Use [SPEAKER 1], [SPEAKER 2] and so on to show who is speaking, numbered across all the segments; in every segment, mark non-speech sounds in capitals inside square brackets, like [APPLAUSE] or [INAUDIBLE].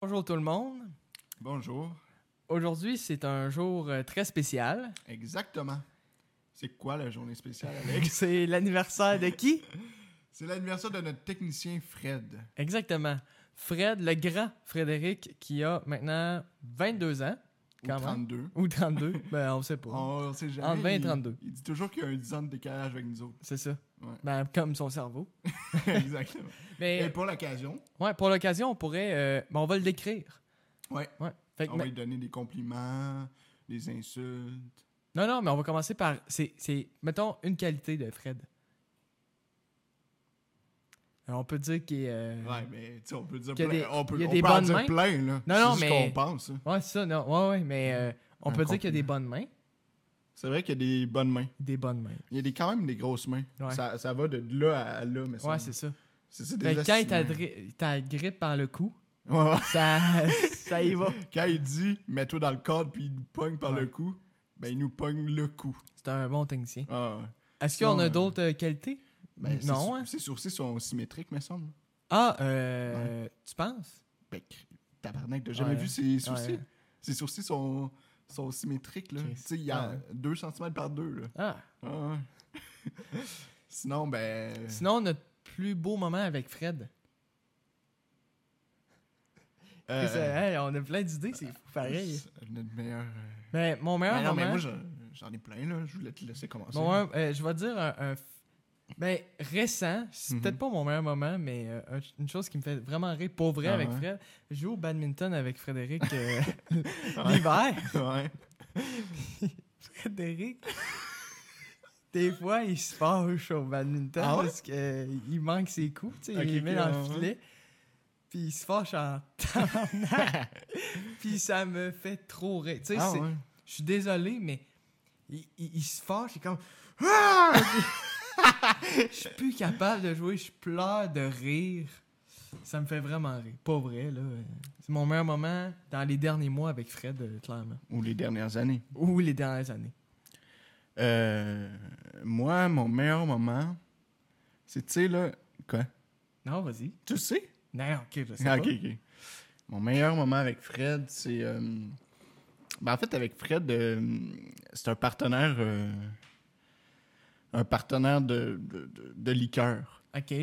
[SPEAKER 1] Bonjour tout le monde.
[SPEAKER 2] Bonjour.
[SPEAKER 1] Aujourd'hui, c'est un jour euh, très
[SPEAKER 2] [LAUGHS]
[SPEAKER 1] spécial.
[SPEAKER 2] Exactement. C'est quoi la journée spéciale, [LAUGHS] Alex?
[SPEAKER 1] C'est l'anniversaire de qui
[SPEAKER 2] C'est l'anniversaire de notre technicien Fred.
[SPEAKER 1] Exactement. Fred, le grand Frédéric, qui a maintenant 22 ans.
[SPEAKER 2] Ou
[SPEAKER 1] Comment?
[SPEAKER 2] 32.
[SPEAKER 1] Ou 32,
[SPEAKER 2] [LAUGHS]
[SPEAKER 1] ben on sait pas.
[SPEAKER 2] On sait jamais.
[SPEAKER 1] Entre 20 et
[SPEAKER 2] il-
[SPEAKER 1] 32.
[SPEAKER 2] Il, dit toujours qu'il y a un 10 ans de décalage avec nous [LAUGHS] autres.
[SPEAKER 1] C'est ça.
[SPEAKER 2] Ouais.
[SPEAKER 1] Ben, comme son cerveau.
[SPEAKER 2] Exactement. Et
[SPEAKER 1] Mais
[SPEAKER 2] pour l'occasion,
[SPEAKER 1] ouais, pour l'occasion, on pourrait. euh, ben, on va le décrire.
[SPEAKER 2] Ouais.
[SPEAKER 1] ouais. Fait que
[SPEAKER 2] on
[SPEAKER 1] ma-
[SPEAKER 2] va lui donner des compliments, des insultes.
[SPEAKER 1] Non, non, mais on va commencer par. C'est, c'est, mettons, une qualité de Fred. Alors, on peut dire qu'il est. euh,
[SPEAKER 2] Ouais, mais tu sais, on peut dire
[SPEAKER 1] Il y a
[SPEAKER 2] plein.
[SPEAKER 1] des-
[SPEAKER 2] on peut,
[SPEAKER 1] il y a
[SPEAKER 2] on
[SPEAKER 1] des
[SPEAKER 2] peut en
[SPEAKER 1] bonnes
[SPEAKER 2] dire
[SPEAKER 1] mains.
[SPEAKER 2] plein, là.
[SPEAKER 1] Non, non,
[SPEAKER 2] C'est ce
[SPEAKER 1] mais-
[SPEAKER 2] qu'on pense. hein.
[SPEAKER 1] Ouais, c'est ça, non. Ouais, ouais, mais euh, on
[SPEAKER 2] Un
[SPEAKER 1] peut dire qu'il y a des bonnes mains.
[SPEAKER 2] C'est vrai qu'il y a des bonnes mains.
[SPEAKER 1] Des bonnes mains.
[SPEAKER 2] Il y a des, quand même des grosses mains.
[SPEAKER 1] Ouais.
[SPEAKER 2] Ça, ça va de là à, à là, mais ça-
[SPEAKER 1] Ouais, c'est ça.
[SPEAKER 2] c'est ça. des
[SPEAKER 1] Fait que quand il
[SPEAKER 2] assises-
[SPEAKER 1] t'adri- t'agrippe par le cou,
[SPEAKER 2] Ouais, ouais. [LAUGHS]
[SPEAKER 1] ça, ça y va.
[SPEAKER 2] Quand il dit mets-toi dans le cadre puis il nous pogne par
[SPEAKER 1] Ouais.
[SPEAKER 2] le cou, ben il nous pogne le cou.
[SPEAKER 1] C'est un bon technicien.
[SPEAKER 2] Ah, ouais.
[SPEAKER 1] Est-ce qu'on
[SPEAKER 2] Non,
[SPEAKER 1] a
[SPEAKER 2] euh,
[SPEAKER 1] d'autres euh, qualités?
[SPEAKER 2] ben, ses
[SPEAKER 1] non,
[SPEAKER 2] sou-
[SPEAKER 1] hein?
[SPEAKER 2] Ses sourcils sont symétriques, me semble.
[SPEAKER 1] Ah, euh, tu penses?
[SPEAKER 2] Ben, cr- tabarnak, t'as jamais
[SPEAKER 1] Ouais.
[SPEAKER 2] vu ses sourcils?
[SPEAKER 1] Ouais.
[SPEAKER 2] Ses sourcils sont, sont symétriques, là.
[SPEAKER 1] Chris.
[SPEAKER 2] Tu sais, il y a
[SPEAKER 1] Ouais.
[SPEAKER 2] 2 cm par 2, là.
[SPEAKER 1] Ah.
[SPEAKER 2] Ah, ouais. [LAUGHS] Sinon, ben...
[SPEAKER 1] Sinon, notre plus beau moment avec Fred.
[SPEAKER 2] euh,
[SPEAKER 1] C'est- hey, on a plein d'idées, c'est fou, pareil.
[SPEAKER 2] c'est- Notre meilleur... euh,
[SPEAKER 1] Mais mon meilleur
[SPEAKER 2] ben non, mais
[SPEAKER 1] moment...
[SPEAKER 2] moi, j'en- j'en ai plein, là. Je voulais te laisser commencer.
[SPEAKER 1] Bon, un- euh, je vais dire un, un f- ben, récent, c'est
[SPEAKER 2] Mhm.
[SPEAKER 1] peut-être pas mon meilleur moment, mais euh, un- une chose qui me fait vraiment rire, pour vrai,
[SPEAKER 2] Ah
[SPEAKER 1] avec
[SPEAKER 2] ouais?
[SPEAKER 1] Fred, je joue au badminton avec Frédéric
[SPEAKER 2] [LAUGHS]
[SPEAKER 1] euh, [LAUGHS]
[SPEAKER 2] Ouais.
[SPEAKER 1] l'hiver.
[SPEAKER 2] [LAUGHS] Ouais.
[SPEAKER 1] Frédéric, des fois, il se fâche au badminton
[SPEAKER 2] Ah ouais?
[SPEAKER 1] parce qu'il manque ses coups, tu sais,
[SPEAKER 2] Ok,
[SPEAKER 1] il les met
[SPEAKER 2] ok,
[SPEAKER 1] dans le
[SPEAKER 2] ouais, ouais.
[SPEAKER 1] filet. Puis il se fâche en [LAUGHS] tabarnak.
[SPEAKER 2] [LAUGHS]
[SPEAKER 1] Puis ça me fait trop rire. Tu sais,
[SPEAKER 2] Ah,
[SPEAKER 1] c'est-
[SPEAKER 2] ouais.
[SPEAKER 1] je suis désolé, mais il, il- il se fâche, il est comme.
[SPEAKER 2] Ah!
[SPEAKER 1] Je suis plus capable de jouer, je pleure de rire. Ça me fait vraiment rire. Pas vrai, là. C'est mon meilleur moment dans les derniers mois avec Fred, euh, clairement.
[SPEAKER 2] Ou les dernières années.
[SPEAKER 1] Ou les dernières années.
[SPEAKER 2] Euh, moi, mon meilleur moment, c'est, tu sais, là, quoi?
[SPEAKER 1] Non, vas-y.
[SPEAKER 2] Tu sais?
[SPEAKER 1] Non, ok, je sais
[SPEAKER 2] Ah,
[SPEAKER 1] pas.
[SPEAKER 2] ok, ok. Mon meilleur moment avec Fred, c'est... euh, ben, en fait, avec Fred, euh, c'est un partenaire... euh, un partenaire de, de, de- de liqueur.
[SPEAKER 1] Ok.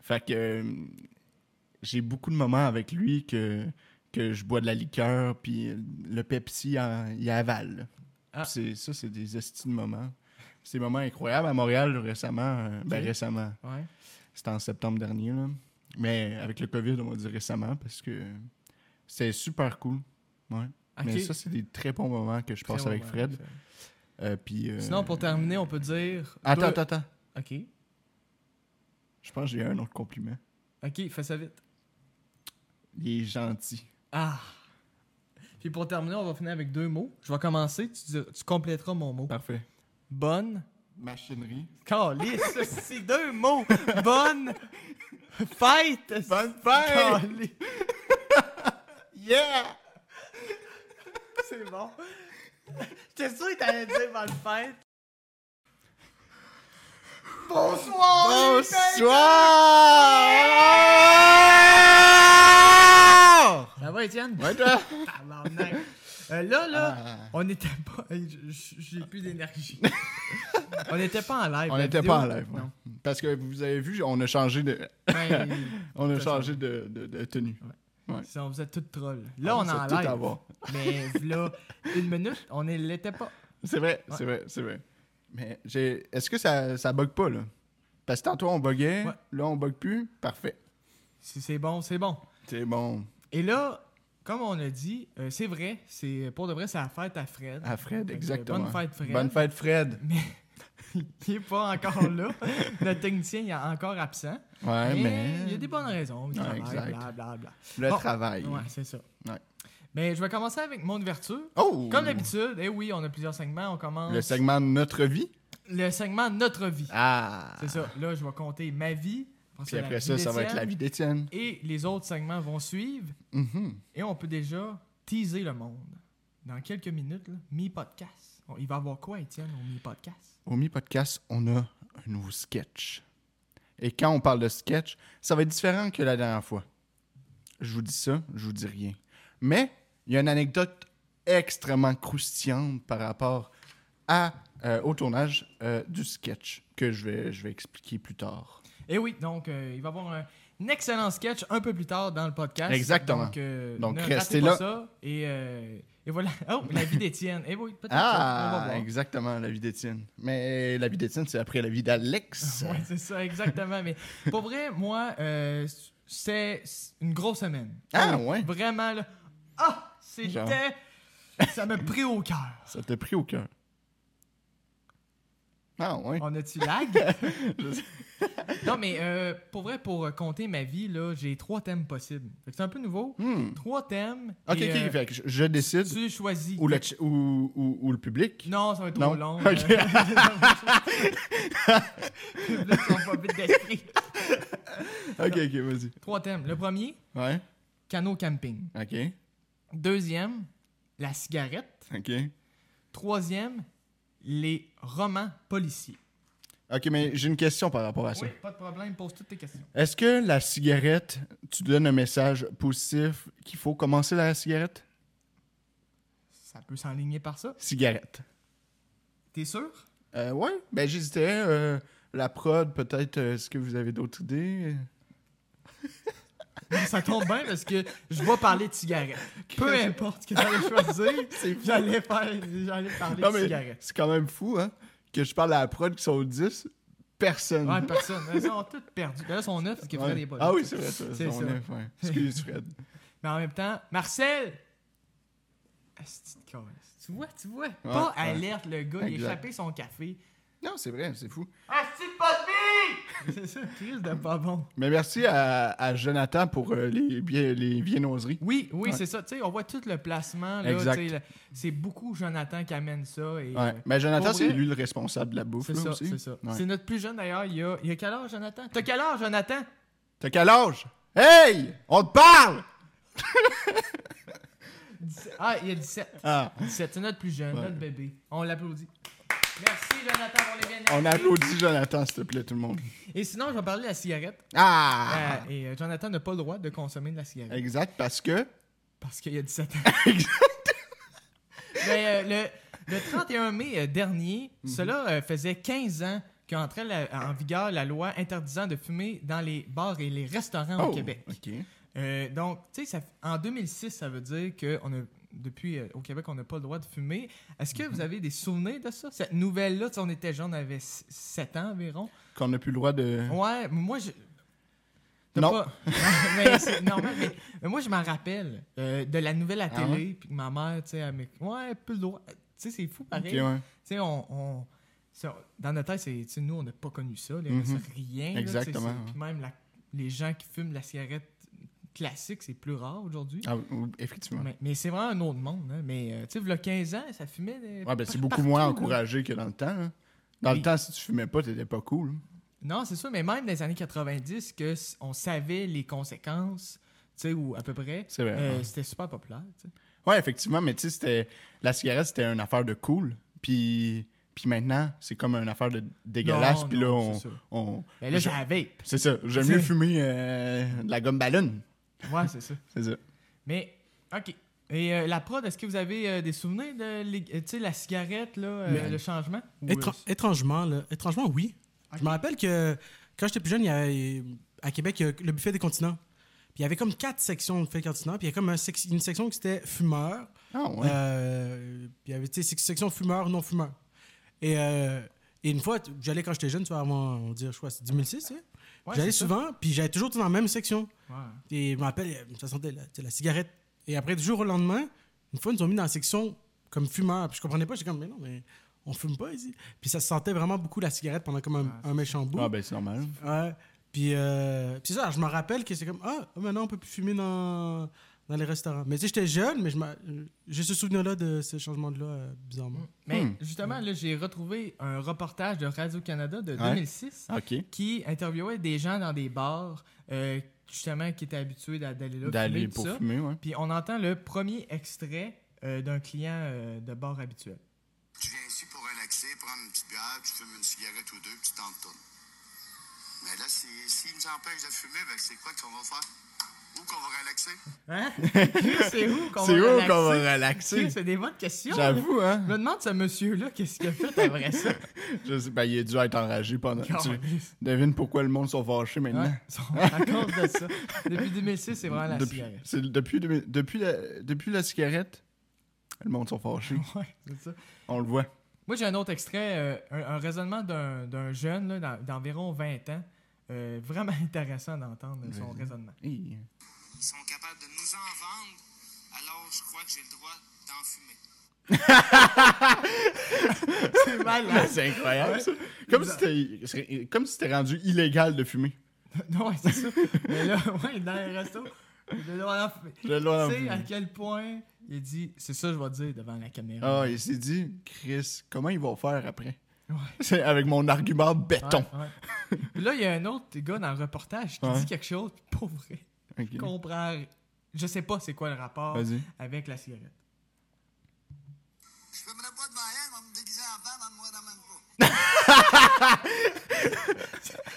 [SPEAKER 2] Fait que euh, j'ai beaucoup de moments avec lui que, que je bois de la liqueur, puis le Pepsi, en- il avale.
[SPEAKER 1] Ah.
[SPEAKER 2] Puis c'est- Ça, c'est des estis de moments. C'est des moments incroyables. À Montréal, récemment, euh, ben
[SPEAKER 1] Ok.
[SPEAKER 2] récemment,
[SPEAKER 1] Ouais.
[SPEAKER 2] c'était en septembre dernier, là. mais avec le COVID, on va dire récemment, parce que c'est super cool. Ouais.
[SPEAKER 1] Ok.
[SPEAKER 2] Mais ça, c'est des très bons moments que je
[SPEAKER 1] Très
[SPEAKER 2] passe
[SPEAKER 1] bon
[SPEAKER 2] avec
[SPEAKER 1] moment,
[SPEAKER 2] Fred. Euh, puis, euh,
[SPEAKER 1] Sinon, pour terminer, on peut dire.
[SPEAKER 2] Attends,
[SPEAKER 1] deux-
[SPEAKER 2] attends, attends.
[SPEAKER 1] Ok.
[SPEAKER 2] Je pense que j'ai un autre compliment.
[SPEAKER 1] Ok, fais ça vite.
[SPEAKER 2] Il est gentil.
[SPEAKER 1] Ah. Puis pour terminer, on va finir avec deux mots. Je vais commencer, tu, dis- tu compléteras mon mot.
[SPEAKER 2] Parfait.
[SPEAKER 1] Bonne
[SPEAKER 2] Machinerie.
[SPEAKER 1] Calice, [LAUGHS] c'est deux mots. Bonne fête.
[SPEAKER 2] Bonne fête!
[SPEAKER 1] Calice.
[SPEAKER 2] [LAUGHS] Yeah!
[SPEAKER 1] [LAUGHS] C'est bon. J'étais sûr que t'allais dire bonne fête.
[SPEAKER 2] Bonsoir! Ah,
[SPEAKER 1] Ça va, Étienne?
[SPEAKER 2] Ouais, toi?
[SPEAKER 1] Tabarnak. Euh, là, là, on n'était pas... Hey, j- j- J'ai plus [LAUGHS] d'énergie. on n'était pas en live.
[SPEAKER 2] On
[SPEAKER 1] la
[SPEAKER 2] n'était
[SPEAKER 1] vidéo-
[SPEAKER 2] pas en live. ouais.
[SPEAKER 1] Non.
[SPEAKER 2] Parce que vous avez vu, on a changé de,
[SPEAKER 1] Ben,
[SPEAKER 2] on a
[SPEAKER 1] Ça, ça
[SPEAKER 2] changé de, de- de tenue.
[SPEAKER 1] sinon, vous êtes toutes trolls. Là, Ah, on est
[SPEAKER 2] sait
[SPEAKER 1] en
[SPEAKER 2] tout
[SPEAKER 1] live.
[SPEAKER 2] avoir.
[SPEAKER 1] Mais là, une minute, on ne l'était pas.
[SPEAKER 2] C'est vrai, c'est vrai, c'est vrai. Mais j'ai... est-ce que ça, ça bug pas, là? Parce que tantôt on buguait,
[SPEAKER 1] Ouais.
[SPEAKER 2] là on bug plus, parfait.
[SPEAKER 1] Si c'est bon, c'est bon.
[SPEAKER 2] C'est bon.
[SPEAKER 1] Et là, comme on a dit, euh, c'est vrai, c'est pour de vrai, c'est la fête à Fred.
[SPEAKER 2] À Fred,
[SPEAKER 1] Fait que, euh,
[SPEAKER 2] exactement.
[SPEAKER 1] Bonne fête, Fred.
[SPEAKER 2] Bonne fête, Fred.
[SPEAKER 1] [LAUGHS] Il est pas encore là. Notre technicien, il est encore absent. mais,
[SPEAKER 2] Ouais, Ah, mais.
[SPEAKER 1] il y a des bonnes raisons. Il
[SPEAKER 2] Ouais,
[SPEAKER 1] travaille,
[SPEAKER 2] exact.
[SPEAKER 1] blablabla.
[SPEAKER 2] Le
[SPEAKER 1] Bon.
[SPEAKER 2] travail.
[SPEAKER 1] Ouais, c'est ça.
[SPEAKER 2] Ouais.
[SPEAKER 1] Mais je vais commencer avec mon ouverture.
[SPEAKER 2] Oh!
[SPEAKER 1] Comme d'habitude, hein, eh oui, on a plusieurs segments. On commence
[SPEAKER 2] Le segment de notre vie.
[SPEAKER 1] le segment Notre vie.
[SPEAKER 2] Ah!
[SPEAKER 1] C'est ça. Là, je vais compter ma vie.
[SPEAKER 2] Puis
[SPEAKER 1] c'est la
[SPEAKER 2] après
[SPEAKER 1] vie
[SPEAKER 2] ça, ça va être
[SPEAKER 1] d'Étienne.
[SPEAKER 2] la vie d'Étienne.
[SPEAKER 1] Et les autres segments vont suivre.
[SPEAKER 2] Mhm.
[SPEAKER 1] Et on peut déjà teaser le monde. Dans quelques minutes, là, mi-podcast. On- Il va y avoir quoi, Étienne, au mi-podcast?
[SPEAKER 2] Au mi-podcast, on a un nouveau sketch. Et quand on parle de sketch, ça va être différent que la dernière fois. je vous dis ça, je vous dis rien. Mais il y a une anecdote extrêmement croustillante par rapport à, euh, au tournage euh, du sketch que je vais, je vais expliquer plus tard.
[SPEAKER 1] Et oui, donc euh, il va y avoir un excellent sketch un peu plus tard dans le podcast.
[SPEAKER 2] Exactement.
[SPEAKER 1] Donc, euh,
[SPEAKER 2] Donc,
[SPEAKER 1] ne ratez
[SPEAKER 2] restez
[SPEAKER 1] pas
[SPEAKER 2] là.
[SPEAKER 1] ça. et, euh, et voilà. [LAUGHS] Oh, la vie d'Étienne. Et oui, peut-être. ça, on va
[SPEAKER 2] Ah,
[SPEAKER 1] voir.
[SPEAKER 2] exactement, la vie d'Étienne. Mais la vie d'Étienne, c'est après la vie d'Alex.
[SPEAKER 1] Ah, Ouais, c'est ça, exactement. Mais pour vrai, moi, euh, c'est une grosse semaine.
[SPEAKER 2] Ah, ouais?
[SPEAKER 1] Vraiment, là. Ah,
[SPEAKER 2] Genre.
[SPEAKER 1] c'était. Ça m'a pris au cœur.
[SPEAKER 2] Ça t'a pris au cœur. Ah, ouais.
[SPEAKER 1] On a-tu
[SPEAKER 2] [LAUGHS]
[SPEAKER 1] lag? non, mais euh, pour vrai, pour euh, compter ma vie, là, j'ai trois thèmes possibles. Fait que C'est un peu nouveau.
[SPEAKER 2] Hmm.
[SPEAKER 1] Trois thèmes.
[SPEAKER 2] Ok,
[SPEAKER 1] et,
[SPEAKER 2] ok,
[SPEAKER 1] euh,
[SPEAKER 2] fait que je- je décide.
[SPEAKER 1] Tu choisis.
[SPEAKER 2] Ou le, ch- ou, ou, ou le public.
[SPEAKER 1] Non, ça va être
[SPEAKER 2] Non.
[SPEAKER 1] trop long.
[SPEAKER 2] [LAUGHS] Ok.
[SPEAKER 1] euh, Là, tu vas pas vite d'esprit.
[SPEAKER 2] Ok, ok, vas-y.
[SPEAKER 1] Trois thèmes. Le premier,
[SPEAKER 2] Ouais.
[SPEAKER 1] canot camping.
[SPEAKER 2] Ok.
[SPEAKER 1] Deuxième, la cigarette.
[SPEAKER 2] Ok.
[SPEAKER 1] Troisième, les romans policiers.
[SPEAKER 2] Ok, mais j'ai une question par rapport à Ah, ça.
[SPEAKER 1] Oui, pas de problème, pose toutes tes questions.
[SPEAKER 2] Est-ce que la cigarette, tu donnes un message positif qu'il faut commencer la cigarette?
[SPEAKER 1] Ça peut s'enligner par ça.
[SPEAKER 2] Cigarette.
[SPEAKER 1] T'es sûr?
[SPEAKER 2] Euh, ouais, ben j'hésitais. euh, la prod, peut-être, euh, est-ce que vous avez d'autres idées?
[SPEAKER 1] Ça tombe bien parce que je vais parler de cigarette. Peu importe ce que t'allais
[SPEAKER 2] [LAUGHS]
[SPEAKER 1] choisir, j'allais faire, j'allais parler
[SPEAKER 2] Non,
[SPEAKER 1] de
[SPEAKER 2] mais
[SPEAKER 1] cigarette.
[SPEAKER 2] c'est quand même fou, hein? Que je parle à la prod qui sont au 10, personne.
[SPEAKER 1] Ouais, personne. Elles sont toutes perdues. Là, elles sont neuf parce que Fred
[SPEAKER 2] Ouais.
[SPEAKER 1] n'est pas là.
[SPEAKER 2] ah oui, c'est vrai, ça.
[SPEAKER 1] C'est
[SPEAKER 2] on
[SPEAKER 1] ça.
[SPEAKER 2] est-
[SPEAKER 1] [LAUGHS]
[SPEAKER 2] ouais. Excuse, Fred.
[SPEAKER 1] Mais en même temps, Marcel! Asti de câlisse. Tu vois, tu vois. pas
[SPEAKER 2] ouais.
[SPEAKER 1] alerte, le gars, il a
[SPEAKER 2] Exact.
[SPEAKER 1] échappé son café.
[SPEAKER 2] Non, c'est vrai, c'est fou.
[SPEAKER 1] Asti de pas de vie! C'est ça, Chris de pas bon.
[SPEAKER 2] Mais merci à, à Jonathan pour euh, les, bien- les viennoiseries.
[SPEAKER 1] Oui, oui,
[SPEAKER 2] Ouais.
[SPEAKER 1] c'est ça. Tu sais, on voit tout le placement. Là,
[SPEAKER 2] Exact.
[SPEAKER 1] tu sais, le- C'est beaucoup Jonathan qui amène ça. Et,
[SPEAKER 2] Ouais.
[SPEAKER 1] euh,
[SPEAKER 2] Mais Jonathan,
[SPEAKER 1] pour
[SPEAKER 2] c'est
[SPEAKER 1] vrai-
[SPEAKER 2] lui le responsable de la bouffe,
[SPEAKER 1] c'est
[SPEAKER 2] là,
[SPEAKER 1] ça,
[SPEAKER 2] aussi.
[SPEAKER 1] c'est ça.
[SPEAKER 2] Ouais.
[SPEAKER 1] C'est notre plus jeune d'ailleurs. Il y a, il y a quel âge, Jonathan? T'as quel âge, Jonathan?
[SPEAKER 2] T'as quel âge? Hey! On te parle!
[SPEAKER 1] Dix- Ah, il y a 17.
[SPEAKER 2] Ah,
[SPEAKER 1] 17, c'est notre plus jeune,
[SPEAKER 2] Ouais.
[SPEAKER 1] notre bébé. On l'applaudit. Merci, Jonathan, pour les bienvenus.
[SPEAKER 2] on applaudit Jonathan, s'il te plaît, tout le monde.
[SPEAKER 1] Et sinon, je vais parler de la cigarette.
[SPEAKER 2] Ah!
[SPEAKER 1] Euh, et euh, Jonathan n'a pas le droit de consommer de la cigarette.
[SPEAKER 2] Exact, parce que.
[SPEAKER 1] Parce qu'il y a
[SPEAKER 2] [LAUGHS]
[SPEAKER 1] 17 ans. Mais, euh, le, le 31 mai euh, dernier,
[SPEAKER 2] Mhm.
[SPEAKER 1] cela euh, faisait 15 ans qu'entrait la- en vigueur la loi interdisant de fumer dans les bars et les restaurants au
[SPEAKER 2] Oh,
[SPEAKER 1] Québec.
[SPEAKER 2] OK.
[SPEAKER 1] Euh, donc, tu sais, ça- en 2006, ça veut dire que on a- depuis euh, au Québec, on n'a pas le droit de fumer. Est-ce que vous
[SPEAKER 2] Mm-hmm.
[SPEAKER 1] avez des souvenirs de ça? Cette nouvelle-là, tu sais, on était jeunes, on avait 7 ans environ.
[SPEAKER 2] Qu'on n'a plus le droit de.
[SPEAKER 1] Ouais, mais moi, je. T'as
[SPEAKER 2] Mm-hmm. Non. [LAUGHS]
[SPEAKER 1] pas- [LAUGHS] mais c'est normal, mais, mais moi, je m'en rappelle euh, de la nouvelle à
[SPEAKER 2] Ah
[SPEAKER 1] télé, puis que ma mère, tu sais, elle m'éc- Ouais, plus le droit. Tu sais, c'est fou
[SPEAKER 2] Ok,
[SPEAKER 1] pareil.
[SPEAKER 2] ouais.
[SPEAKER 1] Tu sais, on. on- ça- dans notre tête, c'est, tu sais, nous, on n'a pas connu ça, les
[SPEAKER 2] Mhm.
[SPEAKER 1] restes, rien. là, tu sais, c'est-
[SPEAKER 2] Exactement, ouais.
[SPEAKER 1] Puis même la- les gens qui fument la cigarette classique, c'est plus rare aujourd'hui.
[SPEAKER 2] Ah, ou- effectivement.
[SPEAKER 1] Mais, mais c'est vraiment un autre monde. hein. Mais euh, tu sais, v'là 15 ans, ça fumait. euh,
[SPEAKER 2] Ouais, ben, c'est
[SPEAKER 1] par-
[SPEAKER 2] beaucoup
[SPEAKER 1] partout,
[SPEAKER 2] moins
[SPEAKER 1] là.
[SPEAKER 2] encouragé que dans le temps. hein. Dans
[SPEAKER 1] Oui.
[SPEAKER 2] le temps, si tu fumais pas, t'étais pas cool.
[SPEAKER 1] Non, c'est ça, mais même dans les années 90, que s- on savait les conséquences, tu sais, ou à peu près,
[SPEAKER 2] C'est vrai.
[SPEAKER 1] euh,
[SPEAKER 2] ouais.
[SPEAKER 1] c'était super populaire. tu sais.
[SPEAKER 2] Ouais, effectivement, mais tu sais, c'était- la cigarette, c'était une affaire de cool. Puis, puis maintenant, c'est comme une affaire de dégueulasse.
[SPEAKER 1] Non,
[SPEAKER 2] Puis là,
[SPEAKER 1] non,
[SPEAKER 2] on.
[SPEAKER 1] c'est ça.
[SPEAKER 2] on-
[SPEAKER 1] Mais là,
[SPEAKER 2] Je-
[SPEAKER 1] ça vape.
[SPEAKER 2] C'est ça. J'aime mieux fumer euh, de la gomme ballon.
[SPEAKER 1] Ouais, c'est ça.
[SPEAKER 2] C'est ça.
[SPEAKER 1] Mais, OK. Et euh, la prod, est-ce que vous avez euh, des souvenirs de l'é- euh, tu sais, la cigarette, là, euh,
[SPEAKER 2] Mais-
[SPEAKER 1] le changement? Ou, euh,
[SPEAKER 3] Étra- étrangement, là, étrangement, oui. Je me rappelle que quand j'étais plus jeune, il y avait- à Québec, il y a le buffet des continents. Puis il y avait comme quatre sections de buffet des continents. Puis il y a comme un sec- une section qui était fumeur.
[SPEAKER 2] Ah, ouais.
[SPEAKER 3] Euh, puis il y avait tu sais, sec- section fumeur, non fumeur. Et, euh, et une fois, t- j'allais quand j'étais jeune, tu vois, avant, on dirait, je crois, c'est 2006, tu sais.
[SPEAKER 1] Ouais,
[SPEAKER 3] j'allais
[SPEAKER 1] c'est ça.
[SPEAKER 3] souvent, puis j'allais toujours dans la même section.
[SPEAKER 1] euh, ouais.
[SPEAKER 3] Et je me rappelle, euh, ça sentait la, tu sais, la cigarette. Et après, du jour au lendemain, une fois, ils nous ont mis dans la section comme fumeur. Puis je comprenais pas, j'étais comme, mais non, mais on fume pas ici. Puis ça sentait vraiment beaucoup la cigarette pendant comme un,
[SPEAKER 1] Ah, c'est
[SPEAKER 3] un méchant bout.
[SPEAKER 2] Ah, ben, c'est normal.
[SPEAKER 3] Ouais. Puis, euh, puis ça, je me rappelle que c'est comme, ah, maintenant on peut plus fumer dans, dans les restaurants. Mais tu sais, j'étais jeune, mais je m'a- euh, j'ai ce souvenir-là de ce changement-là, euh, bizarrement.
[SPEAKER 1] Mais
[SPEAKER 2] Hmm.
[SPEAKER 1] justement, là, j'ai retrouvé un reportage de Radio-Canada de
[SPEAKER 2] Ouais.
[SPEAKER 1] 2006
[SPEAKER 2] OK.
[SPEAKER 1] qui interviewait des gens dans des bars, euh, justement, qui étaient habitués d'a- d'aller là.
[SPEAKER 2] D'aller
[SPEAKER 1] fumer, tout
[SPEAKER 2] pour
[SPEAKER 1] ça.
[SPEAKER 2] fumer, ouais.
[SPEAKER 1] Puis on entend le premier extrait euh, d'un client euh, de bar habituel.
[SPEAKER 4] Tu viens ici pour relaxer, prendre une petite bière, tu fumes une cigarette ou deux, puis tu t'en retournes. Mais là, si- s'ils nous empêchent de fumer, ben c'est quoi qu'on va faire? Où qu'on va relaxer?
[SPEAKER 1] Hein? [LAUGHS] C'est où qu'on
[SPEAKER 2] C'est où
[SPEAKER 1] va relaxer?
[SPEAKER 2] qu'on va
[SPEAKER 1] Chris, [LAUGHS]
[SPEAKER 2] relaxer?
[SPEAKER 1] C'est des bonnes questions. là.
[SPEAKER 2] J'avoue, hein?
[SPEAKER 1] Je me demande ce monsieur-là, qu'est-ce qu'il a fait après ça?
[SPEAKER 2] [LAUGHS] Je sais, ben, il a dû être enragé pendant. Tu
[SPEAKER 1] Calisse.
[SPEAKER 2] devines pourquoi le monde s'est fâché maintenant?
[SPEAKER 1] Ah Ouais, à cause de ça. Depuis 2006, c'est vraiment la cigarette.
[SPEAKER 2] depuis,
[SPEAKER 1] [LAUGHS]
[SPEAKER 2] c'est depuis, depuis, la, depuis la cigarette, le monde s'est
[SPEAKER 1] [LAUGHS]
[SPEAKER 2] fâché.
[SPEAKER 1] Ouais, c'est ça.
[SPEAKER 2] On le voit.
[SPEAKER 1] Moi, j'ai un autre extrait, euh, un, un raisonnement d'un d'un jeune là, d'en- d'environ 20 ans. Euh, vraiment [LAUGHS] intéressant d'entendre son
[SPEAKER 2] Vas-y.
[SPEAKER 1] raisonnement.
[SPEAKER 2] Hi.
[SPEAKER 4] Ils sont capables de nous en vendre, alors je crois que j'ai le droit d'en fumer.
[SPEAKER 1] C'est [LAUGHS] malade.
[SPEAKER 2] Mais C'est incroyable, ça. Comme si t'es- Comme si c'était rendu illégal de fumer.
[SPEAKER 1] non, ouais, c'est ça. Mais là, [LAUGHS] ouais, dans les restos, je dois en fumer.
[SPEAKER 2] Je l'ai
[SPEAKER 1] Tu
[SPEAKER 2] envie.
[SPEAKER 1] sais à quel point il dit, c'est ça que je vais dire devant la caméra.
[SPEAKER 2] Ah, il s'est dit, Chris, comment ils vont faire après?
[SPEAKER 1] Ouais.
[SPEAKER 2] C'est avec mon argument béton.
[SPEAKER 1] Ouais, ouais. Puis là, il y a un autre gars dans le reportage qui
[SPEAKER 2] Ouais.
[SPEAKER 1] dit quelque chose, puis pour vrai,
[SPEAKER 2] Ok.
[SPEAKER 1] je comprends. Je sais pas c'est quoi le rapport
[SPEAKER 2] Vas-y.
[SPEAKER 1] avec la cigarette. [LAUGHS]
[SPEAKER 4] Je fumerai pas devant elle, on va me déguiser en femme, on ne me ramène pas.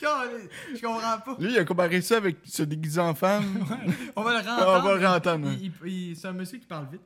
[SPEAKER 1] Calais, Je comprends pas.
[SPEAKER 2] Lui, il a comparé ça avec se déguiser en femme.
[SPEAKER 1] On va le
[SPEAKER 2] Ah,
[SPEAKER 1] rentendre.
[SPEAKER 2] on va le réentendre. ouais.
[SPEAKER 1] Il- il- il- c'est un monsieur qui parle vite.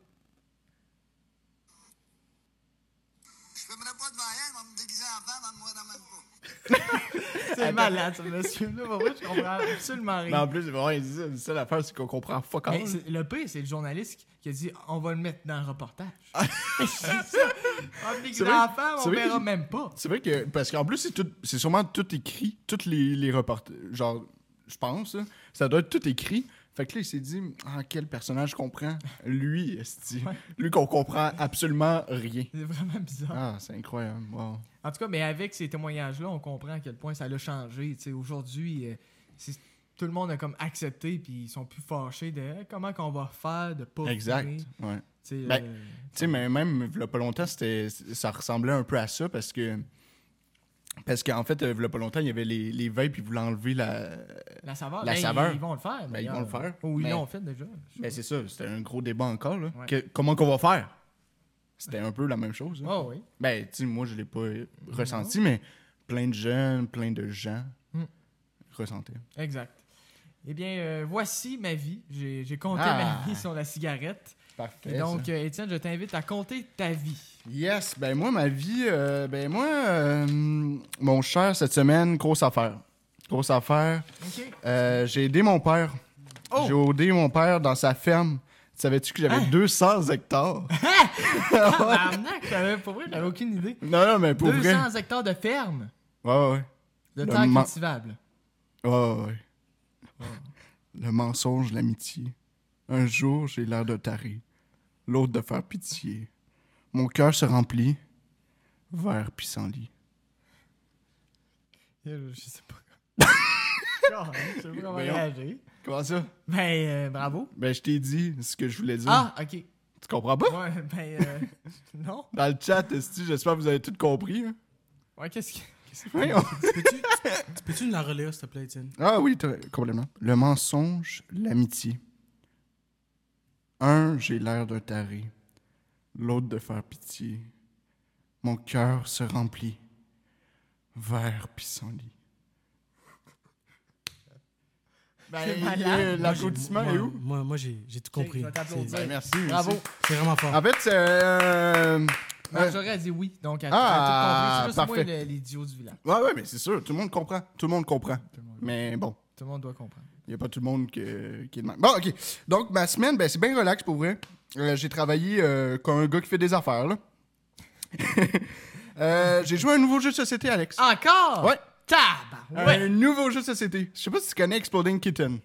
[SPEAKER 4] Je fumerai pas devant elle, on va me déguiser en femme, on ne me ramène pas.
[SPEAKER 1] C'est malade, ce monsieur-là. Pour vrai, je comprends absolument
[SPEAKER 2] Mais
[SPEAKER 1] rien.
[SPEAKER 2] en plus, ouais, c'est ça, c'est ça l'affaire, c'est qu'on comprend fuck all.
[SPEAKER 1] Mais c'est- le pire, c'est le journaliste qui- qui a dit on va le mettre dans le reportage. [LAUGHS] c'est ça. On dit
[SPEAKER 2] Ah. C'est
[SPEAKER 1] que
[SPEAKER 2] vrai-
[SPEAKER 1] l'enfant,
[SPEAKER 2] c'est
[SPEAKER 1] on
[SPEAKER 2] vrai
[SPEAKER 1] verra
[SPEAKER 2] que-
[SPEAKER 1] même pas.
[SPEAKER 2] C'est vrai que, parce qu'en plus, c'est tout- c'est sûrement tout écrit, toutes les, les reportages, genre, je pense, là, ça doit être tout écrit. Fait que là, il s'est dit, ah, quel personnage qu'on prend? Lui, esti. Lui qu'on comprend absolument rien.
[SPEAKER 1] C'est vraiment bizarre.
[SPEAKER 2] Ah, c'est incroyable, wow.
[SPEAKER 1] En tout cas, mais avec ces témoignages-là, on comprend à quel point ça l'a changé. Tu sais, Aujourd'hui, euh, c'est- tout le monde a comme accepté, puis ils sont plus fâchés de Eh, comment qu'on va faire de pas fumer.
[SPEAKER 2] Exact,
[SPEAKER 1] Tu
[SPEAKER 2] ouais.
[SPEAKER 1] sais,
[SPEAKER 2] Ben,
[SPEAKER 1] euh,
[SPEAKER 2] Tu sais, mais même, il pas longtemps, c'était, ça ressemblait un peu à ça parce que. Parce qu'en fait, il pas longtemps, il y avait les, les vapes, ils voulaient enlever la.
[SPEAKER 1] la saveur,
[SPEAKER 2] la
[SPEAKER 1] ben, ils-
[SPEAKER 2] saveur.
[SPEAKER 1] Ils, vont le faire.
[SPEAKER 2] Ben, ils vont le faire.
[SPEAKER 1] Ou ils
[SPEAKER 2] Mais-
[SPEAKER 1] l'ont fait déjà. Je sais
[SPEAKER 2] Ben, c'est ça, c'était un gros débat encore, là.
[SPEAKER 1] Ouais.
[SPEAKER 2] Que- comment qu'on va faire? C'était un peu la même chose. là.
[SPEAKER 1] pas. Oh, oui.
[SPEAKER 2] Ben, tu sais, moi, je l'ai pas euh, ressenti, mais plein de jeunes, plein de gens
[SPEAKER 1] Mm.
[SPEAKER 2] ressentaient.
[SPEAKER 1] Exact. Eh bien, euh, voici ma vie. J'ai j'ai compté
[SPEAKER 2] Ah.
[SPEAKER 1] ma vie sur la cigarette.
[SPEAKER 2] Parfait.
[SPEAKER 1] Et donc, euh, Étienne, je t'invite à compter ta vie.
[SPEAKER 2] Yes, ben moi, ma vie, euh, ben moi, euh, mon cher, cette semaine, grosse affaire. Grosse affaire.
[SPEAKER 1] OK.
[SPEAKER 2] Euh, j'ai aidé mon père.
[SPEAKER 1] Oh!
[SPEAKER 2] J'ai aidé mon père dans sa ferme. Savais-tu que j'avais 200 hectares?
[SPEAKER 1] [LAUGHS] Tabarnak, j'avais- pour vrai, j'avais aucune idée.
[SPEAKER 2] Non, non, mais pour
[SPEAKER 1] 200
[SPEAKER 2] vrai.
[SPEAKER 1] hectares de ferme
[SPEAKER 2] Ouais, ouais.
[SPEAKER 1] de
[SPEAKER 2] Le
[SPEAKER 1] terre
[SPEAKER 2] man-
[SPEAKER 1] cultivable.
[SPEAKER 2] Ouais, ouais, ouais. Le mensonge, l'amitié. Un jour, j'ai l'air de tarer. L'autre de faire pitié. Mon cœur se remplit. Vert pissenlit.
[SPEAKER 1] Je sais [LAUGHS] pas. Je sais pas comment
[SPEAKER 2] Voyons.
[SPEAKER 1] réagir.
[SPEAKER 2] Comment ça?
[SPEAKER 1] Ben, euh, bravo.
[SPEAKER 2] Ben, je t'ai dit ce que je voulais dire.
[SPEAKER 1] Ah, OK.
[SPEAKER 2] Tu comprends pas?
[SPEAKER 1] Ouais, ben, euh, [LAUGHS] non.
[SPEAKER 2] Dans le chat, esti, j'espère que vous avez tout compris. hein.
[SPEAKER 1] Ouais, qu'est-ce que...
[SPEAKER 2] Voyons.
[SPEAKER 3] Peux-tu tu- tu peux-tu nous la relire, s'il te plaît, Étienne?
[SPEAKER 2] Ah oui, t'as- complètement. Le mensonge, l'amitié. Un, j'ai l'air d'un taré. L'autre de faire pitié. Mon cœur se remplit. Vert pissenlit.
[SPEAKER 1] C'est
[SPEAKER 2] Ben,
[SPEAKER 1] malade.
[SPEAKER 2] euh, l'applaudissement
[SPEAKER 3] Moi-
[SPEAKER 2] est où?
[SPEAKER 3] Moi, moi j'ai j'ai tout compris.
[SPEAKER 1] je vais t'applaudir.
[SPEAKER 3] C'est-
[SPEAKER 1] Ben,
[SPEAKER 2] merci.
[SPEAKER 1] Bravo.
[SPEAKER 3] C'est vraiment fort.
[SPEAKER 2] En fait, c'est. euh, euh,
[SPEAKER 1] Marjorie a dit oui, donc elle
[SPEAKER 2] Ah,
[SPEAKER 1] a tout compris. C'est juste moi,
[SPEAKER 2] parfait.
[SPEAKER 1] le- l'idiot du village.
[SPEAKER 2] ouais, ouais, mais c'est sûr, tout le monde comprend. Tout le monde comprend. Mais bon.
[SPEAKER 1] Tout le monde doit comprendre.
[SPEAKER 2] Il n'y a pas tout le monde que- qui est de même. Bon, OK. Donc, ma semaine, ben, c'est bien relax pour vrai. Euh, j'ai travaillé euh, comme un gars qui fait des affaires, là. [LAUGHS] Euh, j'ai joué à un nouveau jeu de société, Alex.
[SPEAKER 1] Encore?
[SPEAKER 2] Ouais.
[SPEAKER 1] Tab! Ah, Ouais.
[SPEAKER 2] Un nouveau jeu de société. Je sais pas si tu connais Exploding Kitten,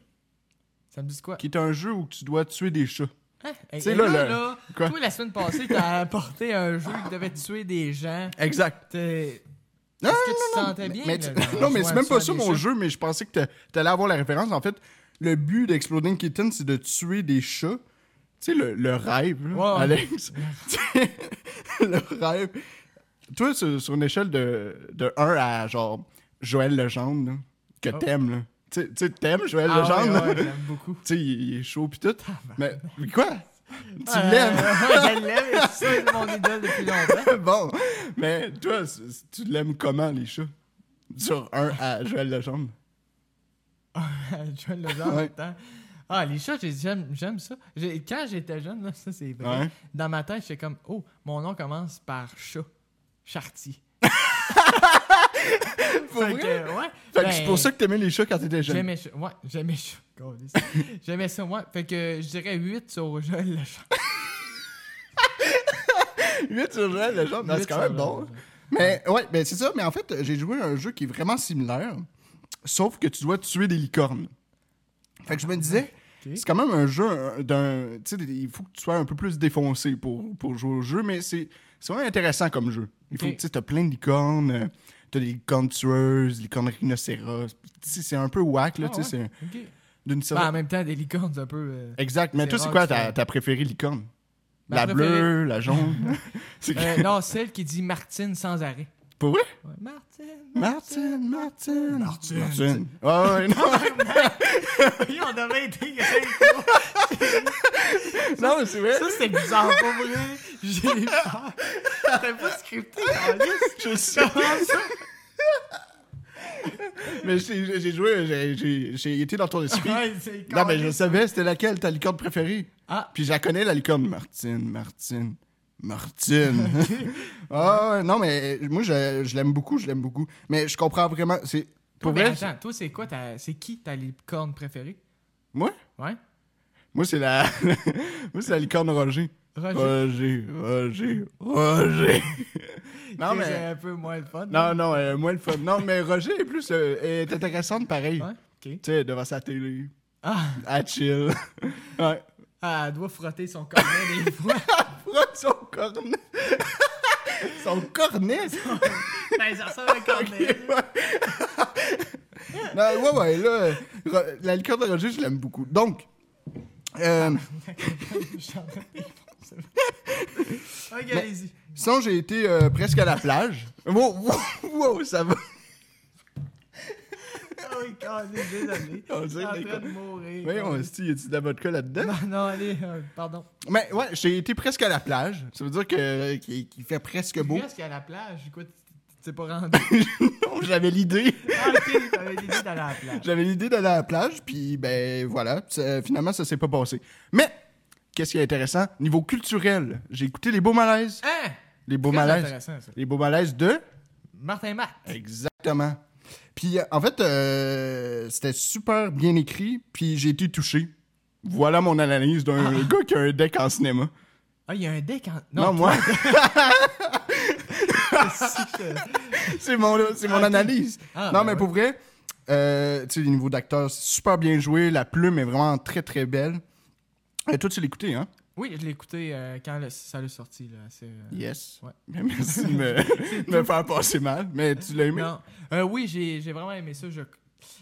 [SPEAKER 1] Ça me dit quoi?
[SPEAKER 2] qui est un jeu où tu dois tuer des chats.
[SPEAKER 1] Hein? Hey,
[SPEAKER 2] C'est
[SPEAKER 1] hey,
[SPEAKER 2] là,
[SPEAKER 1] là,
[SPEAKER 2] le-
[SPEAKER 1] là,
[SPEAKER 2] Quoi?
[SPEAKER 1] toi, la semaine passée, t'as apporté un jeu qui devait tuer des gens.
[SPEAKER 2] Exact.
[SPEAKER 1] T'es-
[SPEAKER 2] Non,
[SPEAKER 1] Est-ce que tu
[SPEAKER 2] non, non,
[SPEAKER 1] sentais bien?
[SPEAKER 2] mais [LAUGHS]
[SPEAKER 1] là,
[SPEAKER 2] tu-
[SPEAKER 1] dans-
[SPEAKER 2] non, mais
[SPEAKER 1] jouant-
[SPEAKER 2] c'est même pas ça
[SPEAKER 1] jouant des
[SPEAKER 2] mon
[SPEAKER 1] chats?
[SPEAKER 2] jeu, mais je pensais que t'a- t'allais avoir la référence. En fait, le but d'Exploding Kitten, c'est de tuer des chats. Tu sais, le, le rêve, là,
[SPEAKER 1] Ouais. [LAUGHS]
[SPEAKER 2] Alex. [LAUGHS] Tu sais, le rêve. Toi, sur, sur une échelle de, de 1 à genre Joël Legendre, là, que t'aimes, là. Tu sais- tu sais, t'aimes Joël
[SPEAKER 1] Oh. Ah ouais,
[SPEAKER 2] Legendre, là? [LAUGHS]
[SPEAKER 1] ouais, j'aime beaucoup. Ah, ben.
[SPEAKER 2] Tu sais, il, il est chaud pis tout. Mais, mais quoi? Tu
[SPEAKER 1] Euh, [LAUGHS]
[SPEAKER 2] l'aimes? [LAUGHS]
[SPEAKER 1] ouais, je l'aime, et c'est mon idole depuis [LAUGHS] longtemps.
[SPEAKER 2] bon, mais toi, c- tu l'aimes comment, les chats? Sur 1 à Joël Legendre?
[SPEAKER 1] John Legendre en
[SPEAKER 2] Ouais.
[SPEAKER 1] même temps. Ah, les chats, j'ai- j'aime j'aime ça. J'ai- Quand j'étais jeune, là, ça c'est vrai.
[SPEAKER 2] Ouais.
[SPEAKER 1] Dans ma tête, j'étais comme, oh, mon nom commence par chat. Chartier.
[SPEAKER 2] Pour
[SPEAKER 1] Fait
[SPEAKER 2] vrai?
[SPEAKER 1] que, ouais.
[SPEAKER 2] Fait que
[SPEAKER 1] Ben,
[SPEAKER 2] c'est pour ça que t'aimais les chats quand t'étais jeune.
[SPEAKER 1] J'aimais ça. Ouais, j'aimais ça. Câlisse. [LAUGHS] j'aimais ça, ouais. Fait que je dirais 8 sur Joël
[SPEAKER 2] [LAUGHS]
[SPEAKER 1] le chat.
[SPEAKER 2] 8 sur Joël Legendre, non, c'est quand même bon. Mais ouais, ben c'est ça. Mais en fait, j'ai joué à un jeu qui est vraiment similaire, sauf que tu dois tuer des licornes. Fait que je me disais,
[SPEAKER 1] Ok.
[SPEAKER 2] c'est quand même un jeu euh, d'un. Tu sais, il faut que tu sois un peu plus défoncé pour, pour jouer au jeu, mais c'est c'est vraiment intéressant comme jeu. Il faut
[SPEAKER 1] Ok.
[SPEAKER 2] que tu sais, t'as plein de licornes, euh, t'as des licornes tueuses, licornes rhinocéros. Tu sais, c'est un peu whack, là,
[SPEAKER 1] Ah
[SPEAKER 2] tu sais,
[SPEAKER 1] ouais.
[SPEAKER 2] c'est
[SPEAKER 1] Ok. Ben,
[SPEAKER 2] d'une
[SPEAKER 1] en
[SPEAKER 2] certaine.
[SPEAKER 1] même temps, des licornes, c'est un peu.
[SPEAKER 2] [LAUGHS]
[SPEAKER 1] euh,
[SPEAKER 2] exact. Mais
[SPEAKER 1] c'est
[SPEAKER 2] toi, c'est
[SPEAKER 1] rare
[SPEAKER 2] quoi
[SPEAKER 1] que tu
[SPEAKER 2] ta,
[SPEAKER 1] fais-
[SPEAKER 2] ta préférée licorne
[SPEAKER 1] Ma
[SPEAKER 2] La
[SPEAKER 1] préférée-
[SPEAKER 2] bleue, la jaune [LAUGHS] C'est
[SPEAKER 1] euh, non, celle qui dit Martine sans arrêt.
[SPEAKER 2] Pour vrai
[SPEAKER 1] Ouais, Martine.
[SPEAKER 2] Martine, Martine. [LAUGHS]
[SPEAKER 3] Martine.
[SPEAKER 2] Martine. Ouais, ouais, non. [LAUGHS]
[SPEAKER 1] [LAUGHS] Oui, on devait intégrer.
[SPEAKER 2] [LAUGHS] Non, mais c'est vrai.
[SPEAKER 1] Ça, c'était bizarre, pas vrai.
[SPEAKER 2] [LAUGHS]
[SPEAKER 1] J'ai peur. C'était pas scripté, Ah, Alice.
[SPEAKER 2] Je sais. mais j'ai j'ai joué, j'ai- j'ai j'ai été dans ton esprit.
[SPEAKER 1] Ouais, c'est
[SPEAKER 2] non, mais je savais, c'était laquelle ta licorne préférée.
[SPEAKER 1] Ah.
[SPEAKER 2] Puis je la connais, la licorne. Martine, Martine, Martine. [LAUGHS] Ah, ouais, non, mais moi, je, je l'aime beaucoup, je l'aime beaucoup. Mais je comprends vraiment. C'est Pour
[SPEAKER 1] Mais
[SPEAKER 2] vrai,
[SPEAKER 1] attends, toi, c'est quoi ta... C'est qui ta licorne préférée?
[SPEAKER 2] moi,
[SPEAKER 1] Ouais?
[SPEAKER 2] moi, c'est la. [LAUGHS] moi, c'est la licorne Roger.
[SPEAKER 1] Roger.
[SPEAKER 2] Euh, Roger, Roger, Roger.
[SPEAKER 1] [LAUGHS]
[SPEAKER 2] non,
[SPEAKER 1] C'est
[SPEAKER 2] mais.
[SPEAKER 1] un peu moins le fun.
[SPEAKER 2] Non, non, euh, moi, le fun. Non, mais Roger est plus. euh, est intéressante pareil.
[SPEAKER 1] Ouais? OK.
[SPEAKER 2] Tu sais, devant sa télé.
[SPEAKER 1] Ah,
[SPEAKER 2] à chill. ouais.
[SPEAKER 1] ah, elle doit frotter son cornet [LAUGHS] des fois.
[SPEAKER 2] Frotte son cornet. son cornet.
[SPEAKER 1] ben, ça ressemble à un cornet.
[SPEAKER 2] Non, ouais, ouais, là, euh, Ro- la liqueur de Roger, je l'aime beaucoup. Donc, euh,
[SPEAKER 1] OK, allez-y.
[SPEAKER 2] sinon, j'ai été euh, presque à la plage. Wow, wow, wow, ça va.
[SPEAKER 1] Ah oui, Alice, désolé.
[SPEAKER 2] [LAUGHS] On
[SPEAKER 1] Je suis
[SPEAKER 2] dirait
[SPEAKER 1] en
[SPEAKER 2] que les
[SPEAKER 1] train de
[SPEAKER 2] cons-
[SPEAKER 1] mourir.
[SPEAKER 2] Voyons, si, y a-tu de la vodka là-dedans?
[SPEAKER 1] Non, non, allez, euh, pardon.
[SPEAKER 2] Mais ouais, j'ai été presque à la plage. Ça veut dire que euh, qu'il qu'il fait presque
[SPEAKER 1] [LAUGHS]
[SPEAKER 2] beau.
[SPEAKER 1] Presque à la plage, quoi, tu tu t'es pas rendu. Oh,
[SPEAKER 2] Non, j'avais l'idée. [LAUGHS]
[SPEAKER 1] Ah, ok, t'avais dit d'aller à la plage.
[SPEAKER 2] J'avais l'idée d'aller à la plage, puis ben voilà, ça- finalement ça s'est pas passé. Mais qu'est-ce qui est intéressant niveau culturel J'ai écouté les beaux malaises,
[SPEAKER 1] Hein?
[SPEAKER 2] les beaux
[SPEAKER 1] Très
[SPEAKER 2] malaises,
[SPEAKER 1] intéressant, ça.
[SPEAKER 2] les beaux malaises de
[SPEAKER 1] Martin Matt.
[SPEAKER 2] exactement. Puis euh, en fait, euh, c'était super bien écrit, puis j'ai été touché. Voilà mon analyse d'un gars qui a un deck en cinéma.
[SPEAKER 1] Ah, il y a un deck en.
[SPEAKER 2] Non, moi,
[SPEAKER 1] toi, si je-
[SPEAKER 2] [LAUGHS] c'est mon, c'est mon
[SPEAKER 1] Ah, ok.
[SPEAKER 2] analyse.
[SPEAKER 1] [LAUGHS] Ah,
[SPEAKER 2] non,
[SPEAKER 1] ben
[SPEAKER 2] mais
[SPEAKER 1] ouais.
[SPEAKER 2] pour vrai, euh, tu sais, les niveaux d'acteurs, c'est super bien joué. La plume est vraiment très, très belle. Et toi, tu l'as écouté, hein?
[SPEAKER 1] Oui, je l'ai écouté euh, quand le- ça l'a sorti. Là, c'est, euh,
[SPEAKER 2] Yes.
[SPEAKER 1] Ouais.
[SPEAKER 2] Ben, [LAUGHS] Merci de me, de me faire passer mal, mais tu l'as aimé.
[SPEAKER 1] Non. Euh, oui, j'ai, j'ai vraiment aimé ça. Je...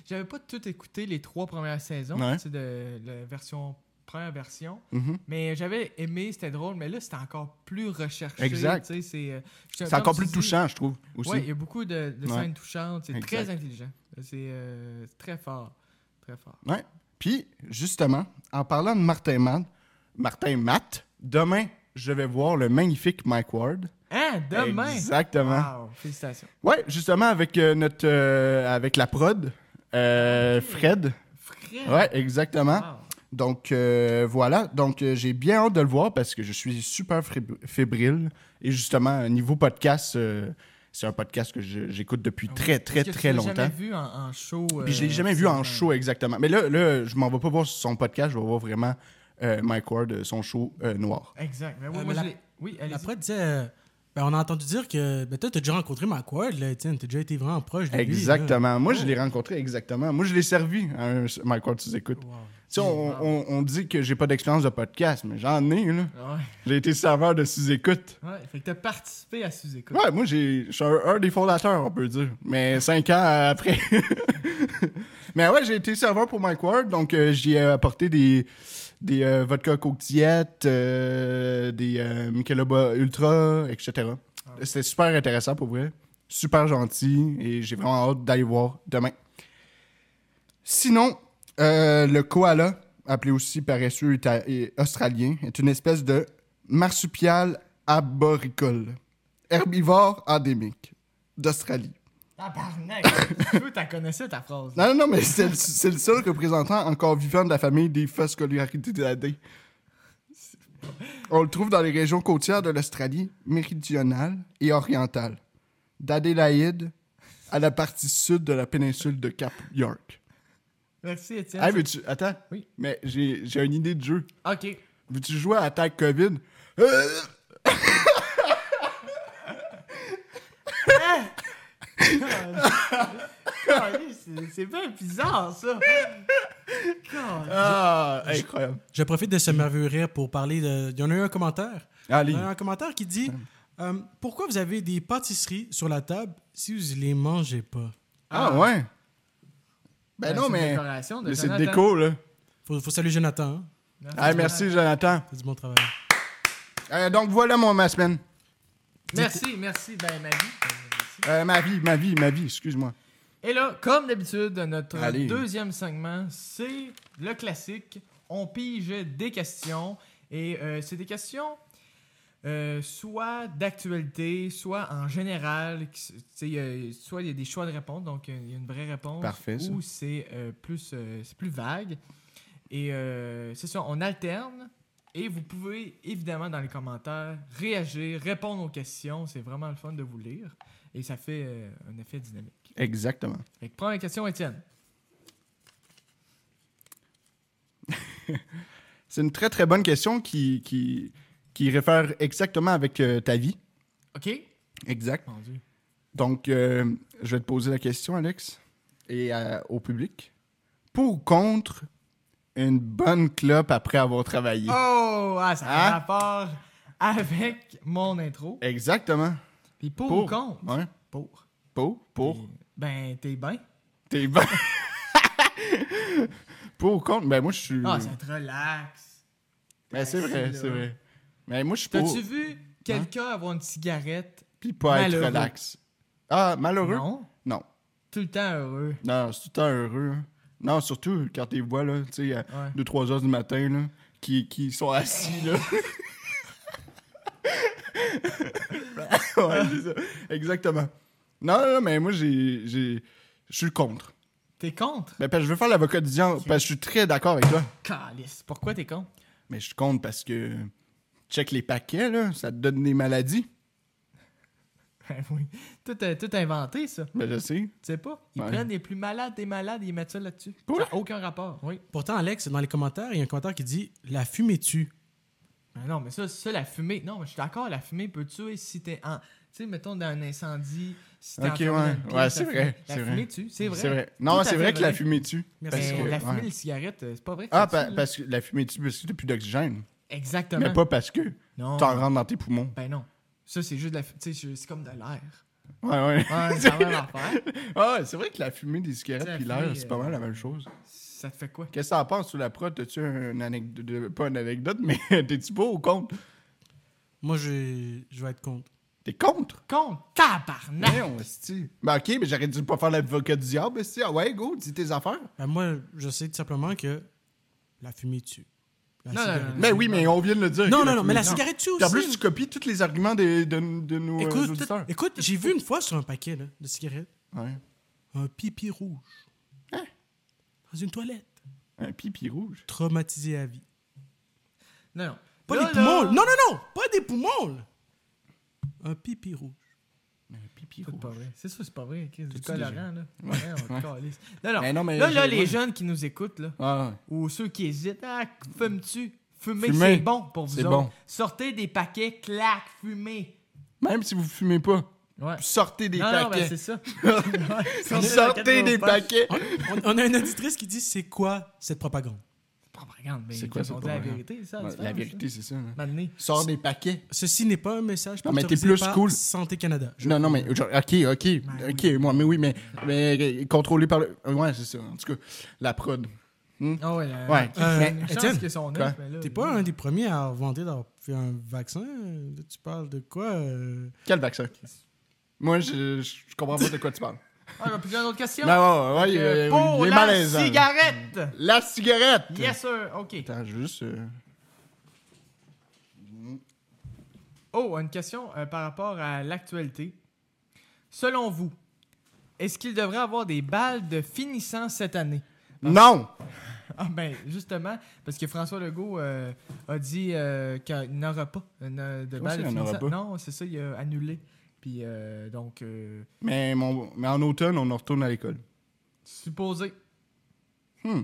[SPEAKER 1] J'avais pas tout écouté les trois premières saisons,
[SPEAKER 2] Ouais.
[SPEAKER 1] tu sais, de la version première version,
[SPEAKER 2] Mhm.
[SPEAKER 1] mais j'avais aimé, c'était drôle, mais là c'était encore plus recherché.
[SPEAKER 2] Exact.
[SPEAKER 1] tu sais, C'est, euh, je-
[SPEAKER 2] C'est
[SPEAKER 1] comme
[SPEAKER 2] encore
[SPEAKER 1] tu
[SPEAKER 2] plus
[SPEAKER 1] dis,
[SPEAKER 2] touchant, je trouve, aussi.
[SPEAKER 1] Ouais, il y a beaucoup de, de
[SPEAKER 2] Ouais.
[SPEAKER 1] scènes touchantes, c'est très
[SPEAKER 2] Exact.
[SPEAKER 1] intelligent, c'est euh, très fort, très fort.
[SPEAKER 2] Ouais. Puis, justement, en parlant de Martin Matt, Martin Matt, demain, je vais voir le magnifique Mike Ward.
[SPEAKER 1] Hein, demain. Ah.
[SPEAKER 2] Exactement.
[SPEAKER 1] Wow, félicitations.
[SPEAKER 2] Ouais, justement, avec euh, notre... euh, avec la prod, euh, Fred.
[SPEAKER 1] Frère.
[SPEAKER 2] Ouais, Hein? exactement.
[SPEAKER 1] Wow.
[SPEAKER 2] Donc euh, voilà, donc euh, j'ai bien hâte de le voir parce que je suis super frib- fébrile et justement euh, niveau podcast, euh, c'est un podcast que je- j'écoute depuis très très
[SPEAKER 1] Ah Est-ce que
[SPEAKER 2] très
[SPEAKER 1] tu l'as
[SPEAKER 2] longtemps.
[SPEAKER 1] jamais vu en, en show.
[SPEAKER 2] Puis je l'ai
[SPEAKER 1] euh,
[SPEAKER 2] jamais vu en
[SPEAKER 1] euh,
[SPEAKER 2] show exactement. Mais là, là je m'en vais pas voir son podcast, je vais voir vraiment euh, Mike Ward euh, son show euh, noir.
[SPEAKER 1] Exact. Mais oui, moi,
[SPEAKER 3] Euh, mais la-
[SPEAKER 1] je l'ai- oui allez-y.
[SPEAKER 3] Après, tu sais, euh, ben, on a entendu dire que. Ben, toi, t'as déjà rencontré Mike Ward, là, tu sais, t'as déjà été vraiment proche
[SPEAKER 1] Ah
[SPEAKER 3] de lui. là.
[SPEAKER 2] Exactement.
[SPEAKER 1] Oh.
[SPEAKER 2] Moi, je l'ai rencontré exactement. Moi, je l'ai servi à un- Mike Ward tu écoutes.
[SPEAKER 3] Wow.
[SPEAKER 2] Tu sais, on, on- on dit que j'ai pas d'expérience de podcast, mais j'en ai là.
[SPEAKER 1] Ouais.
[SPEAKER 2] J'ai été serveur de sous-écoute.
[SPEAKER 1] Ouais, fait que t'as participé à Sous-Écoute.
[SPEAKER 2] Ouais, moi, j'ai, je suis un, un des fondateurs, on peut dire. Mais cinq ans après. [LAUGHS] Mais ouais, j'ai été serveur pour Mike Ward, donc euh, j'y ai apporté des, des euh, vodka coke Diet, euh, des euh, Michelob Ultra, etc. C'était super intéressant pour vrai. Super gentil et j'ai vraiment hâte d'aller voir demain. Sinon, euh, le koala, appelé aussi paresseux ita- et australien, est une espèce de marsupial arboricole, herbivore endémique d'Australie.
[SPEAKER 1] Tabarnak! tu t'en connaissais ta phrase. là.
[SPEAKER 2] Non, non, non, mais c'est le, c'est le seul représentant encore vivant de la famille des fausses scolarités de la D. On le trouve dans les régions côtières de l'Australie, méridionale et orientale, d'Adélaïde à la partie sud de la péninsule de Cap York.
[SPEAKER 1] Merci, Étienne.
[SPEAKER 2] Hey, veux-tu... Attends,
[SPEAKER 1] Ah, Oui.
[SPEAKER 2] mais j'ai j'ai une idée de jeu.
[SPEAKER 1] Ok.
[SPEAKER 2] Veux-tu jouer à Attaque COVID? Euh,
[SPEAKER 1] Caliste, c'est- C'est bien bizarre, ça. Caliste.
[SPEAKER 2] Ah, incroyable.
[SPEAKER 3] Je profite de ce merveilleux rire pour parler de. Il y en a eu un commentaire. Il
[SPEAKER 1] Ah,
[SPEAKER 2] Allez.
[SPEAKER 3] y en a eu un commentaire qui dit euh, Pourquoi vous avez des pâtisseries sur la table si vous les mangez pas
[SPEAKER 2] Ah, ouais. Ben,
[SPEAKER 1] Ben,
[SPEAKER 2] non,
[SPEAKER 1] c'est une
[SPEAKER 2] mais...
[SPEAKER 1] décoration de
[SPEAKER 2] mais c'est
[SPEAKER 1] Jonathan.
[SPEAKER 2] déco, là.
[SPEAKER 3] Faut, faut saluer Jonathan. hein.
[SPEAKER 2] Ah, merci, Jonathan.
[SPEAKER 3] C'est du bon travail.
[SPEAKER 2] Euh, donc, voilà mon, ma semaine.
[SPEAKER 1] Merci, merci. Ben, ma vie. euh, merci.
[SPEAKER 2] Euh, ma vie, ma vie, ma vie, excuse-moi.
[SPEAKER 1] Et là, comme d'habitude, notre
[SPEAKER 2] Allez.
[SPEAKER 1] deuxième segment, c'est le classique. On pige des questions. Et euh, c'est des questions euh, soit d'actualité, soit en général. qui s- tu sais, euh, soit il y a des choix de réponse, donc euh, il y a une vraie réponse.
[SPEAKER 2] Parfait, ça.
[SPEAKER 1] Ou c'est euh, plus, euh, c'est plus vague. Et euh, c'est ça, on alterne. Et vous pouvez évidemment dans les commentaires réagir, répondre aux questions. C'est vraiment le fun de vous lire. Et ça fait euh, un effet dynamique.
[SPEAKER 2] Exactement.
[SPEAKER 1] Fait que première question, Étienne.
[SPEAKER 2] C'est une très très bonne question qui, qui, qui réfère exactement avec euh, ta vie.
[SPEAKER 1] OK?
[SPEAKER 2] Exact.
[SPEAKER 1] Mon Dieu.
[SPEAKER 2] Donc, euh, je vais te poser la question, Alex, et à- au public. Pour ou contre une bonne clope après avoir travaillé?
[SPEAKER 1] Oh! Ah, ça a
[SPEAKER 2] Hein?
[SPEAKER 1] rapport avec mon intro.
[SPEAKER 2] Exactement.
[SPEAKER 1] Puis pour,
[SPEAKER 2] Pour.
[SPEAKER 1] ou contre?
[SPEAKER 2] Ouais.
[SPEAKER 1] Pour.
[SPEAKER 2] Pour, pour,
[SPEAKER 1] Puis, Ben, t'es bien.
[SPEAKER 2] t'es bon. [LAUGHS] pour ou contre? Ben moi, je suis...
[SPEAKER 1] Ah, ça te relaxe.
[SPEAKER 2] Ben, c'est vrai,
[SPEAKER 1] là.
[SPEAKER 2] c'est vrai. Mais moi, je suis pour, Hein?
[SPEAKER 1] T'as-tu vu quelqu'un avoir une cigarette?
[SPEAKER 2] puis pas être
[SPEAKER 1] Malheureux.
[SPEAKER 2] relax. Ah, malheureux?
[SPEAKER 1] Non.
[SPEAKER 2] Non.
[SPEAKER 1] Tout le temps heureux.
[SPEAKER 2] Non, c'est tout le temps heureux. hein. Non, surtout quand t'es vois, là, tu sais, à
[SPEAKER 1] Ouais.
[SPEAKER 2] 2-3 heures du matin, là, qui, qui sont assis, là. [LAUGHS] ouais, c'est ça. Exactement. Non, non, non, mais moi, j'ai. j'ai- Je suis contre.
[SPEAKER 1] T'es contre?
[SPEAKER 2] Mais parce que je veux faire l'avocat du diable, parce que je suis très d'accord avec toi.
[SPEAKER 1] Calice. Pourquoi t'es contre? [LAUGHS]
[SPEAKER 2] Mais je suis contre parce que. Check les paquets, là, ça te donne des maladies.
[SPEAKER 1] Ben oui. Tout, euh, tout inventé, ça. Tu
[SPEAKER 2] Ben, je sais.
[SPEAKER 1] sais pas? Ils
[SPEAKER 2] Ouais.
[SPEAKER 1] prennent les plus malades des malades et ils mettent ça là-dessus.
[SPEAKER 2] Pour
[SPEAKER 1] Ça a aucun rapport. Oui.
[SPEAKER 3] Pourtant, Alex, dans les commentaires, il y a un commentaire qui dit La fumée tue.
[SPEAKER 1] Ben non, mais ça, ça, la fumée. Non, mais je suis d'accord, la fumée peut tuer si t'es en. Tu sais, mettons, dans un incendie. Si t'es
[SPEAKER 2] Ok,
[SPEAKER 1] enfermé dans
[SPEAKER 2] ouais.
[SPEAKER 1] une pièce,
[SPEAKER 2] Ouais,
[SPEAKER 1] la
[SPEAKER 2] c'est
[SPEAKER 1] fumée-
[SPEAKER 2] vrai,
[SPEAKER 1] La
[SPEAKER 2] c'est
[SPEAKER 1] fumée
[SPEAKER 2] vrai.
[SPEAKER 1] tue, c'est vrai.
[SPEAKER 2] C'est vrai.
[SPEAKER 1] Tout
[SPEAKER 2] Non,
[SPEAKER 1] à
[SPEAKER 2] c'est
[SPEAKER 1] fait
[SPEAKER 2] vrai que
[SPEAKER 1] vrai.
[SPEAKER 2] la fumée tue.
[SPEAKER 3] Merci.
[SPEAKER 1] Ben,
[SPEAKER 2] Parce que,
[SPEAKER 1] la
[SPEAKER 2] ouais.
[SPEAKER 1] fumée, les cigarettes, euh, c'est pas vrai. que
[SPEAKER 2] Ah,
[SPEAKER 1] ça
[SPEAKER 2] pa-
[SPEAKER 1] tue, là.
[SPEAKER 2] parce que la fumée tue parce que t'as plus d'oxygène.
[SPEAKER 1] Exactement.
[SPEAKER 2] Mais pas parce que
[SPEAKER 1] Non.
[SPEAKER 2] t'en rentres dans tes poumons.
[SPEAKER 1] Ben non. Ça, c'est juste de la. fu- Tu sais, c'est comme de
[SPEAKER 2] [LAUGHS]
[SPEAKER 1] l'air.
[SPEAKER 2] Ouais, ouais.
[SPEAKER 1] Ouais, c'est la même affaire.
[SPEAKER 2] Ah, c'est vrai que la fumée des
[SPEAKER 1] Tu sais,
[SPEAKER 2] cigarettes puis
[SPEAKER 1] la fumée,
[SPEAKER 2] l'air, c'est pas
[SPEAKER 1] euh,
[SPEAKER 2] mal la même chose.
[SPEAKER 1] Ça te fait quoi?
[SPEAKER 2] Qu'est-ce que t'en penses sous la prod? T'as-tu une anecdote? de- Pas une anecdote, mais [LAUGHS] t'es-tu beau ou contre?
[SPEAKER 3] Moi, je, je vais être contre.
[SPEAKER 2] T'es contre?
[SPEAKER 1] Con tabarnak!
[SPEAKER 2] Non, hostie. Ben ok, mais j'aurais dû pas faire l'avocat du diable, hostie. Ah ouais, go, dis tes affaires.
[SPEAKER 3] Ben, moi, je sais tout simplement que la fumée tue. La
[SPEAKER 1] Non, non,
[SPEAKER 3] cigarette.
[SPEAKER 1] non,
[SPEAKER 2] Ben oui, mais on vient de le dire.
[SPEAKER 3] Non,
[SPEAKER 2] que
[SPEAKER 3] non, non, mais la
[SPEAKER 2] fumée-
[SPEAKER 3] cigarette tue
[SPEAKER 2] Puis
[SPEAKER 3] aussi.
[SPEAKER 2] en plus, tu copies tous les arguments des- de, de nos euh,
[SPEAKER 3] écoute,
[SPEAKER 2] auditeurs.
[SPEAKER 3] écoute j'ai vu une fois sur un paquet là, de cigarettes
[SPEAKER 2] Ouais.
[SPEAKER 3] un pipi rouge.
[SPEAKER 2] Hein?
[SPEAKER 3] Dans une toilette.
[SPEAKER 2] Un pipi rouge.
[SPEAKER 3] Traumatisé à vie.
[SPEAKER 1] Non, non.
[SPEAKER 3] Pas
[SPEAKER 1] Là,
[SPEAKER 3] des
[SPEAKER 1] là,
[SPEAKER 3] poumons. là. Non, non, non. Pas des poumons. là. Un pipi rouge.
[SPEAKER 2] Un pipi
[SPEAKER 1] C'est pas vrai. C'est sûr, c'est pas vrai. Chris, du
[SPEAKER 2] T'as-tu déjà-
[SPEAKER 1] colorant, là. Ouais, on
[SPEAKER 2] Ouais.
[SPEAKER 1] calisse. Non, non.
[SPEAKER 2] Mais non, mais
[SPEAKER 1] là, là,
[SPEAKER 2] j'ai-
[SPEAKER 1] les
[SPEAKER 2] ouais.
[SPEAKER 1] jeunes qui nous écoutent, là.
[SPEAKER 2] Ah, ouais.
[SPEAKER 1] ou ceux qui hésitent, ah, fumes-tu? Fumer,
[SPEAKER 2] Fumer,
[SPEAKER 1] c'est bon pour vous
[SPEAKER 2] c'est
[SPEAKER 1] autres.
[SPEAKER 2] bon.
[SPEAKER 1] Sortez des paquets, clac, fumez.
[SPEAKER 2] Même si vous fumez pas,
[SPEAKER 1] Ouais.
[SPEAKER 2] sortez des
[SPEAKER 1] non, non, ben,
[SPEAKER 2] paquets.
[SPEAKER 1] c'est [LAUGHS] ça.
[SPEAKER 2] sortez des paquets.
[SPEAKER 3] On, on- on a une auditrice qui dit c'est quoi cette propagande
[SPEAKER 1] Propagande, mais
[SPEAKER 2] C'est
[SPEAKER 1] c'est
[SPEAKER 2] quoi,
[SPEAKER 1] quoi,
[SPEAKER 2] c'est
[SPEAKER 1] on dit la
[SPEAKER 2] propagande?
[SPEAKER 1] vérité, ça.
[SPEAKER 2] Ouais, La vérité, c'est ça. hein.
[SPEAKER 1] Maintenant,
[SPEAKER 2] Sors des paquets.
[SPEAKER 3] Ceci n'est pas un message
[SPEAKER 2] Non, mais t'es
[SPEAKER 3] sponsorisé
[SPEAKER 2] plus
[SPEAKER 3] par
[SPEAKER 2] cool.
[SPEAKER 3] Santé Canada. Je-
[SPEAKER 2] Non, non, mais genre, ok, ok, ok, moi, mais oui, mais, mais euh, contrôlé par le. Ouais, c'est ça. En tout cas, la prod.
[SPEAKER 1] Ah ouais, là,
[SPEAKER 2] Ouais.
[SPEAKER 1] euh,
[SPEAKER 3] Mais,
[SPEAKER 1] une chance
[SPEAKER 3] Étienne,
[SPEAKER 1] que son
[SPEAKER 2] quoi?
[SPEAKER 1] œuf, mais là,
[SPEAKER 3] T'es pas un des premiers à vanter d'avoir fait un vaccin. euh, là, tu parles de quoi euh?
[SPEAKER 2] Quel vaccin Moi, je, je comprends pas de quoi tu parles.
[SPEAKER 1] Ah, j'ai plus une autre question.
[SPEAKER 2] Non, ouais, ouais,
[SPEAKER 1] Euh,
[SPEAKER 2] il est-
[SPEAKER 1] pour
[SPEAKER 2] il est
[SPEAKER 1] la
[SPEAKER 2] malaisant.
[SPEAKER 1] cigarette.
[SPEAKER 2] hein. La cigarette
[SPEAKER 1] Yes, sir. OK.
[SPEAKER 2] Attends, juste. euh,
[SPEAKER 1] Oh, une question euh, par rapport à l'actualité. Selon vous, Est-ce qu'il devrait avoir des balles de finissant cette année?
[SPEAKER 2] Non!
[SPEAKER 1] Ah ben, justement, parce que François Legault euh, a dit euh, qu'il n'aura pas euh, de
[SPEAKER 2] Comment
[SPEAKER 1] balles
[SPEAKER 2] ça,
[SPEAKER 1] de
[SPEAKER 2] il n'en aura
[SPEAKER 1] finissant.
[SPEAKER 2] pas?
[SPEAKER 1] Non, c'est ça, il a annulé. Puis euh, donc, euh,
[SPEAKER 2] Mais, mon- mais en automne, on en retourne à l'école.
[SPEAKER 1] supposé.
[SPEAKER 2] Hmm.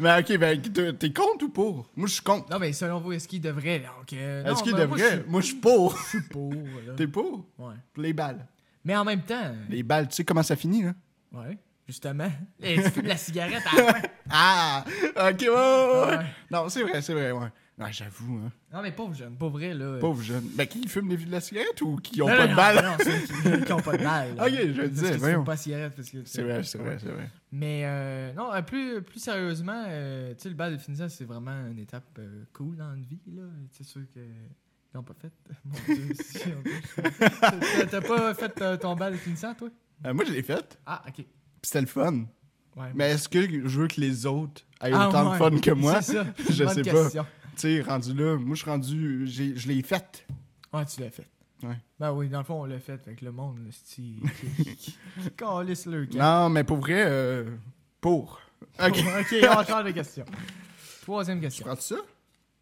[SPEAKER 2] mais ok, ben t'es t'es contre ou pour? Moi je suis contre.
[SPEAKER 1] Non, mais selon vous, est-ce qu'il devrait? Donc, euh, non,
[SPEAKER 2] Est-ce qu'il
[SPEAKER 1] ben, moi,
[SPEAKER 2] devrait? Moi je suis pour. [LAUGHS]
[SPEAKER 1] je suis- je suis pour, là.
[SPEAKER 2] T'es pour?
[SPEAKER 1] Ouais.
[SPEAKER 2] Les balles.
[SPEAKER 1] Mais en même temps,
[SPEAKER 2] Les balles, tu sais comment ça finit là?
[SPEAKER 1] ouais, justement, [LAUGHS] Eh, tu fumes la cigarette à la
[SPEAKER 2] [LAUGHS]
[SPEAKER 1] fin.
[SPEAKER 2] Ah! Ok, ouais, ouais, ouais.
[SPEAKER 1] Ouais.
[SPEAKER 2] Non, c'est vrai, c'est vrai, ouais. Ouais, j'avoue, hein.
[SPEAKER 1] Non, mais pauvre jeune, pauvre vrai, là.
[SPEAKER 2] Pauvre jeune. Ben qui fume les vies de la cigarette ou qui ont
[SPEAKER 1] Non,
[SPEAKER 2] pas
[SPEAKER 1] non,
[SPEAKER 2] de
[SPEAKER 1] non,
[SPEAKER 2] balles?
[SPEAKER 1] Non, ceux qui, qui ont pas de balles. là.
[SPEAKER 2] [LAUGHS] Ok, je le
[SPEAKER 1] Parce
[SPEAKER 2] disais,
[SPEAKER 1] que tu
[SPEAKER 2] voyons.
[SPEAKER 1] fumes pas de cigarette parce que.
[SPEAKER 2] [LAUGHS] C'est vrai, c'est vrai, c'est vrai.
[SPEAKER 1] Mais euh, non, euh, plus, plus sérieusement, euh, tu sais, le bal de finissant, c'est vraiment une étape euh, cool dans une vie, là. C'est sûr que. Ils l'ont pas fait. [LAUGHS] Mon Dieu, si, en
[SPEAKER 2] [LAUGHS]
[SPEAKER 1] plus. T'as- T'as pas fait euh, ton bal de finissant, toi
[SPEAKER 2] Euh, moi je l'ai faite,
[SPEAKER 1] Ah, ok.
[SPEAKER 2] pis c'était le fun.
[SPEAKER 1] Ouais.
[SPEAKER 2] Mais est-ce que je veux que les autres aient
[SPEAKER 1] Ah,
[SPEAKER 2] autant
[SPEAKER 1] ouais.
[SPEAKER 2] de fun que moi?
[SPEAKER 1] C'est ça.
[SPEAKER 2] [LAUGHS] Je
[SPEAKER 1] Bonne
[SPEAKER 2] sais pas.
[SPEAKER 1] question.
[SPEAKER 2] Tu sais, rendu là, moi je suis rendu. j'ai- Je l'ai faite.
[SPEAKER 1] pas. Ouais, tu l'as fait.
[SPEAKER 2] Ouais.
[SPEAKER 1] Ben oui, dans le fond, on l'a fait avec le monde, le
[SPEAKER 2] [LAUGHS]
[SPEAKER 1] style. Calisse le camp.
[SPEAKER 2] Non, mais pour vrai, euh, pour. Ok.
[SPEAKER 1] [LAUGHS] ok, on change de question. Troisième
[SPEAKER 2] Tu
[SPEAKER 1] question.
[SPEAKER 2] prends ça?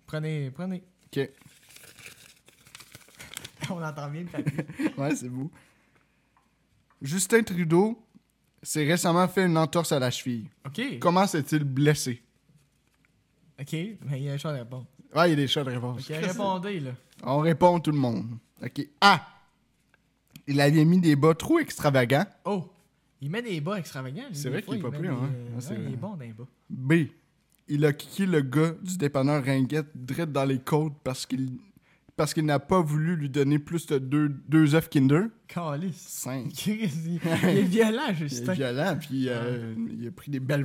[SPEAKER 1] Prenez,
[SPEAKER 2] [LAUGHS]
[SPEAKER 1] prenez.
[SPEAKER 2] Ok.
[SPEAKER 1] On entend bien le papier.
[SPEAKER 2] Ouais, c'est beau. Justin Trudeau s'est récemment fait une entorse à la cheville.
[SPEAKER 1] Ok.
[SPEAKER 2] Comment s'est-il blessé?
[SPEAKER 1] Ok, mais il y a un choix de réponse.
[SPEAKER 2] Ouais, il y a des chats de réponse.
[SPEAKER 1] Ok, répondez, là.
[SPEAKER 2] On répond tout le monde. Ok. A. Il avait mis des bas trop extravagants.
[SPEAKER 1] Oh! Il met des bas extravagants. lui,
[SPEAKER 2] C'est
[SPEAKER 1] des
[SPEAKER 2] vrai
[SPEAKER 1] fois,
[SPEAKER 2] qu'il est
[SPEAKER 1] il
[SPEAKER 2] pas
[SPEAKER 1] met
[SPEAKER 2] pris,
[SPEAKER 1] des-
[SPEAKER 2] hein.
[SPEAKER 1] euh,
[SPEAKER 2] Ah, c'est
[SPEAKER 1] ouais, il
[SPEAKER 2] vrai.
[SPEAKER 1] est bon dans les bas.
[SPEAKER 2] B. Il a kické le gars du dépanneur Ringuette direct dans les côtes parce qu'il parce qu'il n'a pas voulu lui donner plus de deux, deux œufs Kinder.
[SPEAKER 1] Calice. [LAUGHS]
[SPEAKER 2] 5.
[SPEAKER 1] Chris, il il est violent,
[SPEAKER 2] Il est
[SPEAKER 1] Justin.
[SPEAKER 2] violent, puis euh, il a pris des belles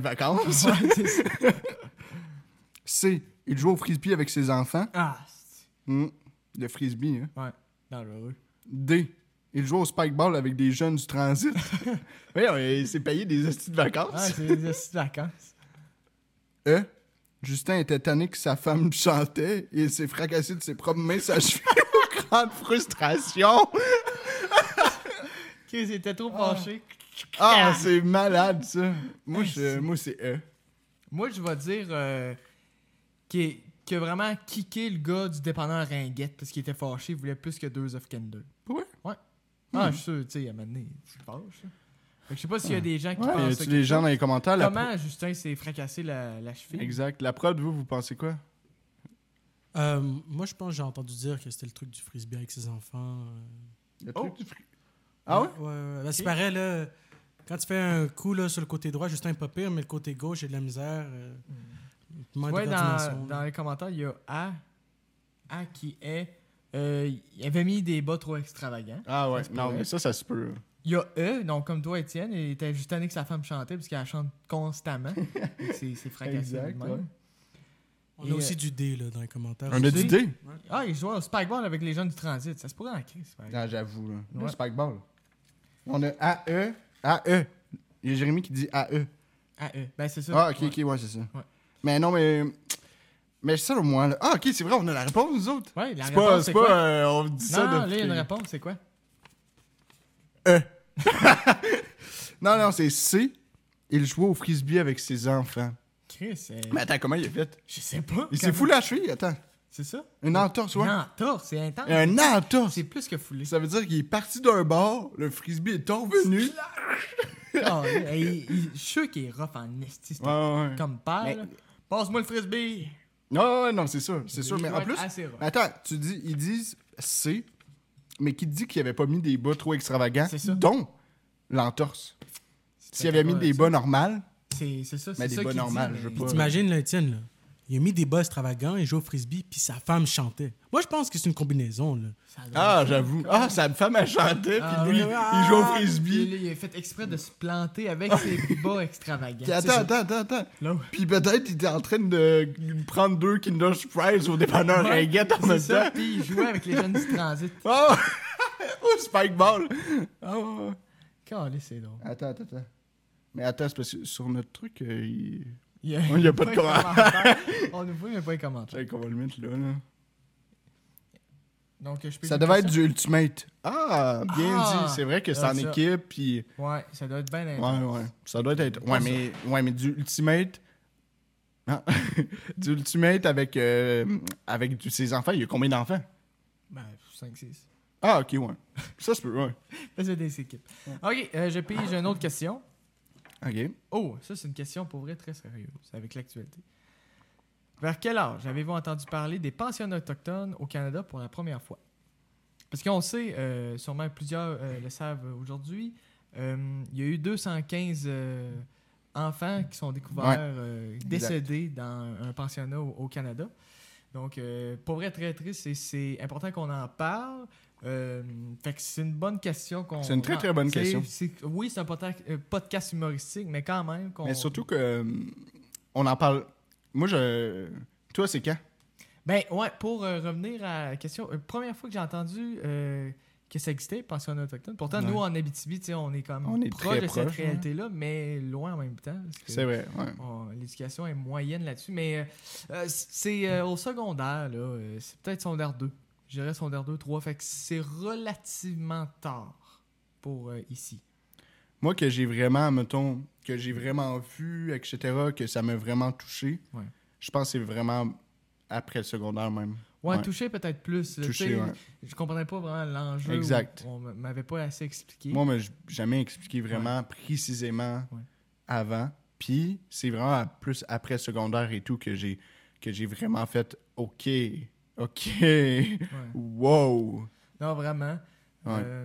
[SPEAKER 1] [LAUGHS]
[SPEAKER 2] vacances.
[SPEAKER 1] Ouais, c'est ça.
[SPEAKER 2] C. Il joue au frisbee avec ses enfants.
[SPEAKER 1] Ah, c'est-
[SPEAKER 2] Hmm, Le frisbee, hein.
[SPEAKER 1] ouais, dangereux.
[SPEAKER 2] D. Il joue au spikeball avec des jeunes du transit. [LAUGHS] oui, il s'est payé des hosties de
[SPEAKER 1] Ah,
[SPEAKER 2] vacances.
[SPEAKER 1] c'est des astuces de vacances.
[SPEAKER 2] E. Justin était tanné que sa femme chantait et il s'est fracassé de ses propres mains sa [LAUGHS] cheville aux grandes frustrations.
[SPEAKER 1] Chris, il était trop penché.
[SPEAKER 2] Ah, c'est malade, ça. Moi,
[SPEAKER 1] Ah,
[SPEAKER 2] je-
[SPEAKER 1] c'est-
[SPEAKER 2] moi, c'est E.
[SPEAKER 1] Moi, je vais dire euh, qu'il est- qu'il a vraiment kické le gars du dépanneur Ringuette parce qu'il était fâché, il voulait plus que deux of Kinder.
[SPEAKER 2] Ouais.
[SPEAKER 1] Ouais. Ah, je suis sûr, tu sais, à un moment donné, tu te fâches, là. Fait que Je sais pas s'il y a des gens qui
[SPEAKER 2] Hmm. Ouais, y
[SPEAKER 1] pensent
[SPEAKER 2] a-tu
[SPEAKER 1] ça,
[SPEAKER 2] les gens dans les commentaires? Ah, la
[SPEAKER 1] Comment Justin s'est fracassé la, la
[SPEAKER 2] pro-
[SPEAKER 1] cheville?
[SPEAKER 2] Exact. La prod, vous, vous pensez quoi?
[SPEAKER 3] Euh, moi, je pense que j'ai entendu dire que c'était le truc du frisbee avec ses enfants. euh.
[SPEAKER 2] Le
[SPEAKER 1] Oh.
[SPEAKER 2] truc du fri- Ah ouais?
[SPEAKER 3] Ouais, ouais. Ben, c'est pareil, là. Quand tu fais un coup là, sur le côté droit, Justin est pas pire, mais le côté gauche, j'ai de la misère. euh, manque
[SPEAKER 1] Mm.
[SPEAKER 3] de
[SPEAKER 1] Ouais,
[SPEAKER 3] coordination,
[SPEAKER 1] dans,
[SPEAKER 3] là.
[SPEAKER 1] dans les commentaires, il y a A, A qui est. euh, il avait mis des bas trop extravagants.
[SPEAKER 2] Ah ouais,
[SPEAKER 1] Ça se
[SPEAKER 2] non,
[SPEAKER 1] pourrait.
[SPEAKER 2] mais ça, ça se peut.
[SPEAKER 1] Il y a E, donc comme toi, Étienne, il était juste tanné que sa femme chantait parce qu'elle chante
[SPEAKER 2] [LAUGHS]
[SPEAKER 1] constamment. Fait que c'est c'est fracassé.
[SPEAKER 2] Exact,
[SPEAKER 1] de même.
[SPEAKER 2] ouais.
[SPEAKER 3] On
[SPEAKER 1] Et,
[SPEAKER 3] a aussi
[SPEAKER 1] euh,
[SPEAKER 3] du D là, dans les commentaires.
[SPEAKER 2] On a
[SPEAKER 1] du
[SPEAKER 2] du
[SPEAKER 1] D?
[SPEAKER 2] D?
[SPEAKER 1] Ah, il jouait au spikeball avec les jeunes du transit. Ça se pourrait en crise. par exemple.
[SPEAKER 2] Ah, j'avoue, là.
[SPEAKER 1] Ouais.
[SPEAKER 2] Le spikeball. On a AE. AE. Il y a Jérémy qui dit AE.
[SPEAKER 1] Ah, E. Ben, c'est ça.
[SPEAKER 2] Ah, ok,
[SPEAKER 1] Ouais.
[SPEAKER 2] ok, ouais, c'est ça.
[SPEAKER 1] Ouais.
[SPEAKER 2] Mais non, mais. Mais ça, au moins, là. Ah, ok, c'est vrai, on a la réponse, nous autres.
[SPEAKER 1] Ouais, la
[SPEAKER 2] C'est
[SPEAKER 1] réponse,
[SPEAKER 2] pas,
[SPEAKER 1] c'est
[SPEAKER 2] c'est
[SPEAKER 1] quoi?
[SPEAKER 2] pas euh, on dit ça
[SPEAKER 1] non,
[SPEAKER 2] de.
[SPEAKER 1] là, il y a une réponse, c'est quoi?
[SPEAKER 2] Non, non, c'est C. Il jouait au frisbee avec ses enfants.
[SPEAKER 1] Chris, euh,
[SPEAKER 2] Mais attends, comment il a fait?
[SPEAKER 1] je sais pas.
[SPEAKER 2] Il s'est
[SPEAKER 1] comment-
[SPEAKER 2] foulé la cheville, attends.
[SPEAKER 1] C'est ça?
[SPEAKER 2] Une entorse, ouais.
[SPEAKER 1] Non, tort, c'est intense.
[SPEAKER 2] Un entorse.
[SPEAKER 1] C'est plus que foulé.
[SPEAKER 2] Ça veut dire qu'il est parti d'un bord, le frisbee est revenu.
[SPEAKER 1] Ah, ouais, il- il- je suis sûr qu'il est rough en esti, c'est
[SPEAKER 2] Ouais, ouais. ouais.
[SPEAKER 1] comme père.
[SPEAKER 2] Mais-
[SPEAKER 1] là. Passe-moi le frisbee.
[SPEAKER 2] Non, ouais, non, c'est sûr, c'est
[SPEAKER 1] Il
[SPEAKER 2] sûr. Mais
[SPEAKER 1] doit
[SPEAKER 2] en
[SPEAKER 1] être
[SPEAKER 2] plus,
[SPEAKER 1] assez rough.
[SPEAKER 2] mais attends, tu dis, ils disent C, mais qui dit qu'il avait pas mis des bas trop extravagants,
[SPEAKER 1] C'est ça.
[SPEAKER 2] dont l'entorse. S'il avait mis
[SPEAKER 1] Ouais,
[SPEAKER 2] des
[SPEAKER 1] ça.
[SPEAKER 2] bas normales,
[SPEAKER 1] C'est c'est ça, c'est
[SPEAKER 2] Mais des
[SPEAKER 1] ça
[SPEAKER 2] bas
[SPEAKER 1] qu'il dit,
[SPEAKER 2] normales,
[SPEAKER 1] mais-
[SPEAKER 2] je veux pas.
[SPEAKER 3] T'imagines, là, Étienne, là, il a mis des bas extravagants, il joue au frisbee, puis sa femme chantait. Moi, je pense que c'est une combinaison. Là.
[SPEAKER 1] Ça doit
[SPEAKER 2] ah,
[SPEAKER 1] être-
[SPEAKER 2] j'avoue, ah, sa femme a chanté,
[SPEAKER 1] Ah,
[SPEAKER 2] puis lui,
[SPEAKER 1] oui.
[SPEAKER 2] il joue au
[SPEAKER 1] Il,
[SPEAKER 2] frisbee.
[SPEAKER 1] il a fait exprès de se planter avec ses bas
[SPEAKER 2] Puis
[SPEAKER 1] extravagants.
[SPEAKER 2] attends, attends, attends, attends.
[SPEAKER 1] Là, ouais.
[SPEAKER 2] Puis peut-être il était en train de prendre deux Kinder Surprise au dépanneur
[SPEAKER 1] Ouais,
[SPEAKER 2] Ringuette en
[SPEAKER 1] C'est
[SPEAKER 2] même
[SPEAKER 1] ça,
[SPEAKER 2] temps.
[SPEAKER 1] puis il jouait avec les jeunes du
[SPEAKER 2] [LAUGHS]
[SPEAKER 1] transit.
[SPEAKER 2] Oh! oh, Spikeball! Oh.
[SPEAKER 1] Calé, c'est drôle.
[SPEAKER 2] Attends, attends, attends. Mais attends, c'est parce que sur notre truc, euh,
[SPEAKER 1] [LAUGHS]
[SPEAKER 2] il...
[SPEAKER 1] Il y a,
[SPEAKER 2] il y a pas de
[SPEAKER 1] un
[SPEAKER 2] commentaire.
[SPEAKER 1] commentaire. On ne voit même pas les commentaires.
[SPEAKER 2] Check, on va le mettre là, là.
[SPEAKER 1] Donc, je peux
[SPEAKER 2] Ça
[SPEAKER 1] écouter
[SPEAKER 2] devait être du Ultimate. Ah, bien
[SPEAKER 1] Ah,
[SPEAKER 2] dit. C'est vrai que c'est
[SPEAKER 1] là,
[SPEAKER 2] en
[SPEAKER 1] ça.
[SPEAKER 2] équipe, puis.
[SPEAKER 1] Ouais, ça doit être bien
[SPEAKER 2] Ouais,
[SPEAKER 1] intense.
[SPEAKER 2] ouais. Ça doit être. Ouais, mais, ouais, mais du Ultimate. Ah. [LAUGHS] du Ultimate avec, euh, avec du- ses enfants. Il y a combien d'enfants
[SPEAKER 1] Ben, 5-6.
[SPEAKER 2] Ah, ok, ouais. Ça se peut, ouais.
[SPEAKER 1] Faites des équipes. Ok, euh, je pige une autre question.
[SPEAKER 2] Ok.
[SPEAKER 1] Oh, ça, c'est une question pour vrai très sérieuse. C'est avec l'actualité. Vers quel âge avez-vous entendu parler des pensionnats autochtones au Canada pour la première fois? Parce qu'on sait, euh, sûrement plusieurs euh, le savent aujourd'hui, euh, il y a eu 215 euh, enfants qui sont découverts
[SPEAKER 2] Ouais.
[SPEAKER 1] euh, décédés dans un pensionnat au, au Canada. Donc, euh, pour vrai très triste, et c'est important qu'on en parle. Euh, fait que c'est une bonne question qu'on.
[SPEAKER 2] C'est une très, très bonne
[SPEAKER 1] C'est-
[SPEAKER 2] question.
[SPEAKER 1] c'est- oui, c'est un podca- euh, podcast humoristique, mais quand même. qu'on-
[SPEAKER 2] Mais surtout que. euh, On en parle. Moi, je. Toi, c'est quand
[SPEAKER 1] Ben ouais, pour euh, revenir à la question, euh, première fois que j'ai entendu euh, que ça existait, pensionnat autochtone. Pourtant,
[SPEAKER 2] Ouais.
[SPEAKER 1] nous, en Abitibi, tu sais, on est comme
[SPEAKER 2] On est
[SPEAKER 1] proche
[SPEAKER 2] très
[SPEAKER 1] de cette
[SPEAKER 2] proche, ouais.
[SPEAKER 1] réalité-là, mais loin en même temps. parce que-
[SPEAKER 2] C'est vrai, ouais.
[SPEAKER 1] Bon, L'éducation est moyenne là-dessus, mais euh, euh, c'est euh, au secondaire, là. euh, c'est peut-être secondaire 2. Je dirais secondaire 2, 3. Fait que c'est relativement tard pour euh, ici.
[SPEAKER 2] Moi, que j'ai vraiment, mettons, que j'ai vraiment vu, etc., que ça m'a vraiment touché,
[SPEAKER 1] Ouais.
[SPEAKER 2] je pense que c'est vraiment après le secondaire même.
[SPEAKER 1] Ouais,
[SPEAKER 2] Ouais.
[SPEAKER 1] toucher peut-être plus. là,
[SPEAKER 2] Touché,
[SPEAKER 1] tu sais,
[SPEAKER 2] ouais.
[SPEAKER 1] Je comprenais pas vraiment l'enjeu.
[SPEAKER 2] Exact.
[SPEAKER 1] On m- m'avait pas assez expliqué.
[SPEAKER 2] Moi, on m'a j- jamais expliqué vraiment précisément
[SPEAKER 1] Ouais.
[SPEAKER 2] avant. Puis, c'est vraiment à- plus après le secondaire et tout que j'ai que j'ai vraiment fait OK, OK, wow.
[SPEAKER 1] Non, vraiment.
[SPEAKER 2] Ouais.
[SPEAKER 1] Euh,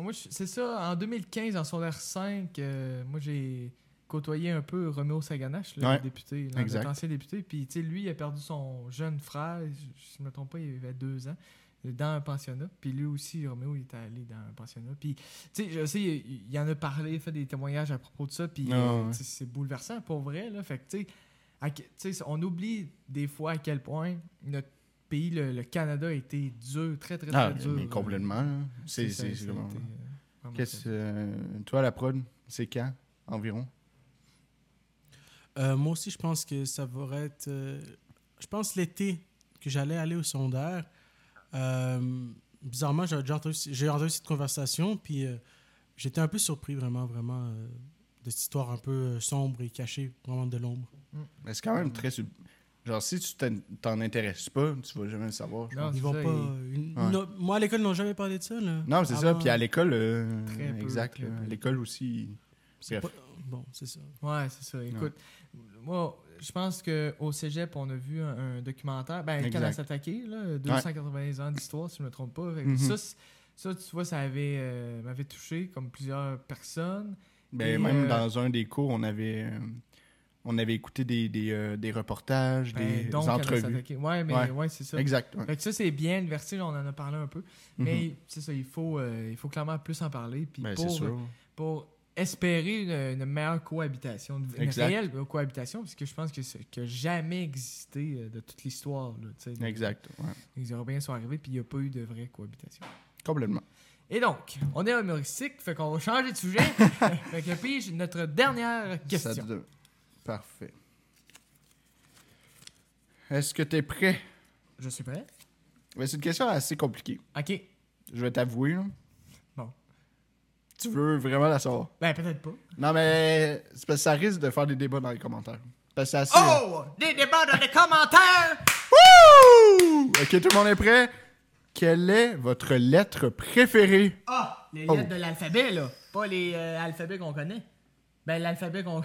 [SPEAKER 1] moi, je- c'est ça, en 2015, en secondaire 5, euh, moi, j'ai côtoyé un peu Roméo Saganache, le
[SPEAKER 2] Ouais.
[SPEAKER 1] député, l'an-
[SPEAKER 2] Exact.
[SPEAKER 1] notre ancien député. Puis, tu sais, lui, il a perdu son jeune frère, je ne me trompe pas, il avait deux ans, dans un pensionnat. Puis lui aussi, Roméo, il était allé dans un pensionnat. Puis, tu sais, je sais, il, il en a parlé, fait des témoignages à propos de ça. Puis,
[SPEAKER 2] Ah,
[SPEAKER 1] euh,
[SPEAKER 2] ouais.
[SPEAKER 1] tu sais, c'est bouleversant, pour vrai, là. Fait que, tu sais, à que- tu sais, on oublie des fois à quel point notre pays, le, le Canada, a été dur, très, très, très
[SPEAKER 2] Ah,
[SPEAKER 1] dur. euh,
[SPEAKER 2] mais complètement. là. C'est
[SPEAKER 1] ça,
[SPEAKER 2] c'est-
[SPEAKER 1] ça
[SPEAKER 2] c'est
[SPEAKER 1] a
[SPEAKER 2] vraiment-
[SPEAKER 1] été, euh, vraiment
[SPEAKER 2] Qu'est-ce
[SPEAKER 1] ça.
[SPEAKER 2] euh, toi la prod, c'est quand environ
[SPEAKER 3] Euh, moi aussi, je pense que ça va être. euh, je pense l'été que j'allais aller au secondaire. euh, bizarrement, j'ai déjà entendu, j'ai entendu cette conversation, puis euh, j'étais un peu surpris, vraiment, vraiment, euh, de cette histoire un peu euh, sombre et cachée, vraiment de l'ombre.
[SPEAKER 2] Mais c'est
[SPEAKER 1] Euh.
[SPEAKER 2] quand même très sub- genre si tu t'in- t'en intéresses pas, tu vas jamais le savoir. je
[SPEAKER 1] Non,
[SPEAKER 2] pense.
[SPEAKER 1] c'est
[SPEAKER 3] Ils vont
[SPEAKER 1] ça,
[SPEAKER 3] pas. euh, une-
[SPEAKER 2] Ouais.
[SPEAKER 3] no- moi, à l'école, ils n'ont jamais parlé de ça. Là.
[SPEAKER 2] Non, mais c'est ça.
[SPEAKER 3] Avant,
[SPEAKER 2] Puis à l'école, euh,
[SPEAKER 1] Ah Très peu,
[SPEAKER 2] exact.
[SPEAKER 1] très
[SPEAKER 2] là,
[SPEAKER 1] peu.
[SPEAKER 2] à l'école aussi.
[SPEAKER 3] c'est
[SPEAKER 2] bref.
[SPEAKER 3] pas- Bon, c'est ça.
[SPEAKER 1] Ouais, c'est ça. Écoute, moi, je pense qu'au cégep, on a vu un, un documentaire. Ben,
[SPEAKER 2] Exact.
[SPEAKER 1] Canada s'attaquer, là, 290 ans d'histoire, si je ne me trompe pas. Fait que
[SPEAKER 2] Mhm.
[SPEAKER 1] ça, c'est- ça, tu vois, ça avait, euh, m'avait touché, comme plusieurs personnes.
[SPEAKER 2] Ben,
[SPEAKER 1] Et,
[SPEAKER 2] même
[SPEAKER 1] euh,
[SPEAKER 2] dans un des cours, on avait, euh, on avait écouté des, des, euh, des reportages,
[SPEAKER 1] Ben,
[SPEAKER 2] des
[SPEAKER 1] donc, Canada
[SPEAKER 2] entrevues.
[SPEAKER 1] s'attaquer. Ouais, mais
[SPEAKER 2] Ouais.
[SPEAKER 1] ouais, c'est ça.
[SPEAKER 2] Exact. ouais.
[SPEAKER 1] Fait que ça, c'est bien, le vertige, on en a parlé un peu. Mais c'est ça, il faut, euh, il faut clairement plus en parler. Puis
[SPEAKER 2] Mhm. Ben, c'est
[SPEAKER 1] pour, euh,
[SPEAKER 2] sûr.
[SPEAKER 1] pour espérer une, une meilleure cohabitation, une, une
[SPEAKER 2] Exact.
[SPEAKER 1] réelle cohabitation, parce que je pense que ça n'a jamais existé euh, de toute l'histoire. là, tu sais.
[SPEAKER 2] Exact. ouais.
[SPEAKER 1] Les Européens sont arrivés, puis il n'y a pas eu de vraie cohabitation.
[SPEAKER 2] Complètement.
[SPEAKER 1] Et donc, on est humoristique, fait qu'on va changer de
[SPEAKER 2] [LAUGHS]
[SPEAKER 1] sujet. fait que pige notre dernière
[SPEAKER 2] Ça
[SPEAKER 1] question.
[SPEAKER 2] te- Parfait. Est-ce que tu es prêt?
[SPEAKER 1] Je suis prêt.
[SPEAKER 2] Ben, c'est une question assez compliquée.
[SPEAKER 1] OK.
[SPEAKER 2] Je vais t'avouer. là.
[SPEAKER 1] Bon.
[SPEAKER 2] Tu veux vraiment la savoir?
[SPEAKER 1] Ben, peut-être pas.
[SPEAKER 2] Non, mais c'est parce que ça risque de faire des débats dans les commentaires. Parce que c'est assez.
[SPEAKER 1] Oh! Des débats dans les commentaires!
[SPEAKER 2] Wouh! euh, Ok, tout le monde est prêt? Quelle est votre lettre préférée?
[SPEAKER 1] Ah! Les
[SPEAKER 2] Oh.
[SPEAKER 1] lettres de l'alphabet, là. Pas les euh, alphabets qu'on connaît. Ben, l'alphabet
[SPEAKER 2] [LAUGHS]
[SPEAKER 1] qu'on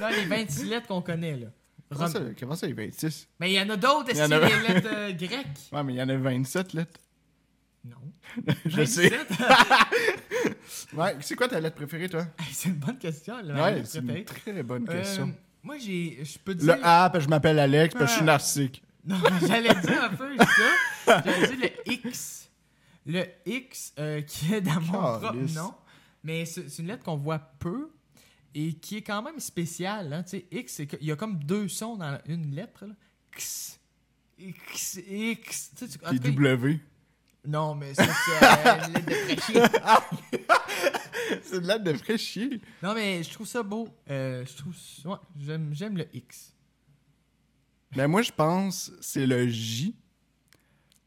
[SPEAKER 1] non, les 26 lettres qu'on connaît, là.
[SPEAKER 2] Comment
[SPEAKER 1] Rom-
[SPEAKER 2] ça, comment ça, il y a 26?
[SPEAKER 1] Mais il y en a d'autres,
[SPEAKER 2] Il y en
[SPEAKER 1] est-ce
[SPEAKER 2] a-
[SPEAKER 1] les lettres euh,
[SPEAKER 2] [LAUGHS]
[SPEAKER 1] grecques?
[SPEAKER 2] Ouais, mais il y en a 27 lettres.
[SPEAKER 1] Non.
[SPEAKER 2] Je sais.
[SPEAKER 1] 27?
[SPEAKER 2] Ouais, c'est quoi ta lettre préférée, toi?
[SPEAKER 1] [LAUGHS] Hey, c'est une bonne question, là.
[SPEAKER 2] ouais,
[SPEAKER 1] ma
[SPEAKER 2] c'est une
[SPEAKER 1] préférée.
[SPEAKER 2] très bonne
[SPEAKER 1] Euh,
[SPEAKER 2] question.
[SPEAKER 1] moi, j'ai. Je peux
[SPEAKER 2] Le
[SPEAKER 1] dire.
[SPEAKER 2] A, parce que je m'appelle Alex, parce que je suis
[SPEAKER 1] Ah.
[SPEAKER 2] narcissique.
[SPEAKER 1] Non, j'allais dire un peu ça. J'allais dire le X. Le X euh, qui est dans mon propre
[SPEAKER 2] Calisse.
[SPEAKER 1] nom. Mais c'est c'est une lettre qu'on voit peu et qui est quand même spéciale. Hein. Tu sais, X, c'est que- il y a comme deux sons dans une lettre. là. X. X. X. Tu sais, tu- en
[SPEAKER 2] Puis
[SPEAKER 1] tout cas,
[SPEAKER 2] W.
[SPEAKER 1] Non, mais ça, c'est euh, une lettre de prêcher.
[SPEAKER 2] C'est une lettre de vrai chier.
[SPEAKER 1] Non, mais je trouve ça beau. Euh, je trouve. Ouais, j'aime, j'aime le X.
[SPEAKER 2] Ben, moi, je pense, c'est le J.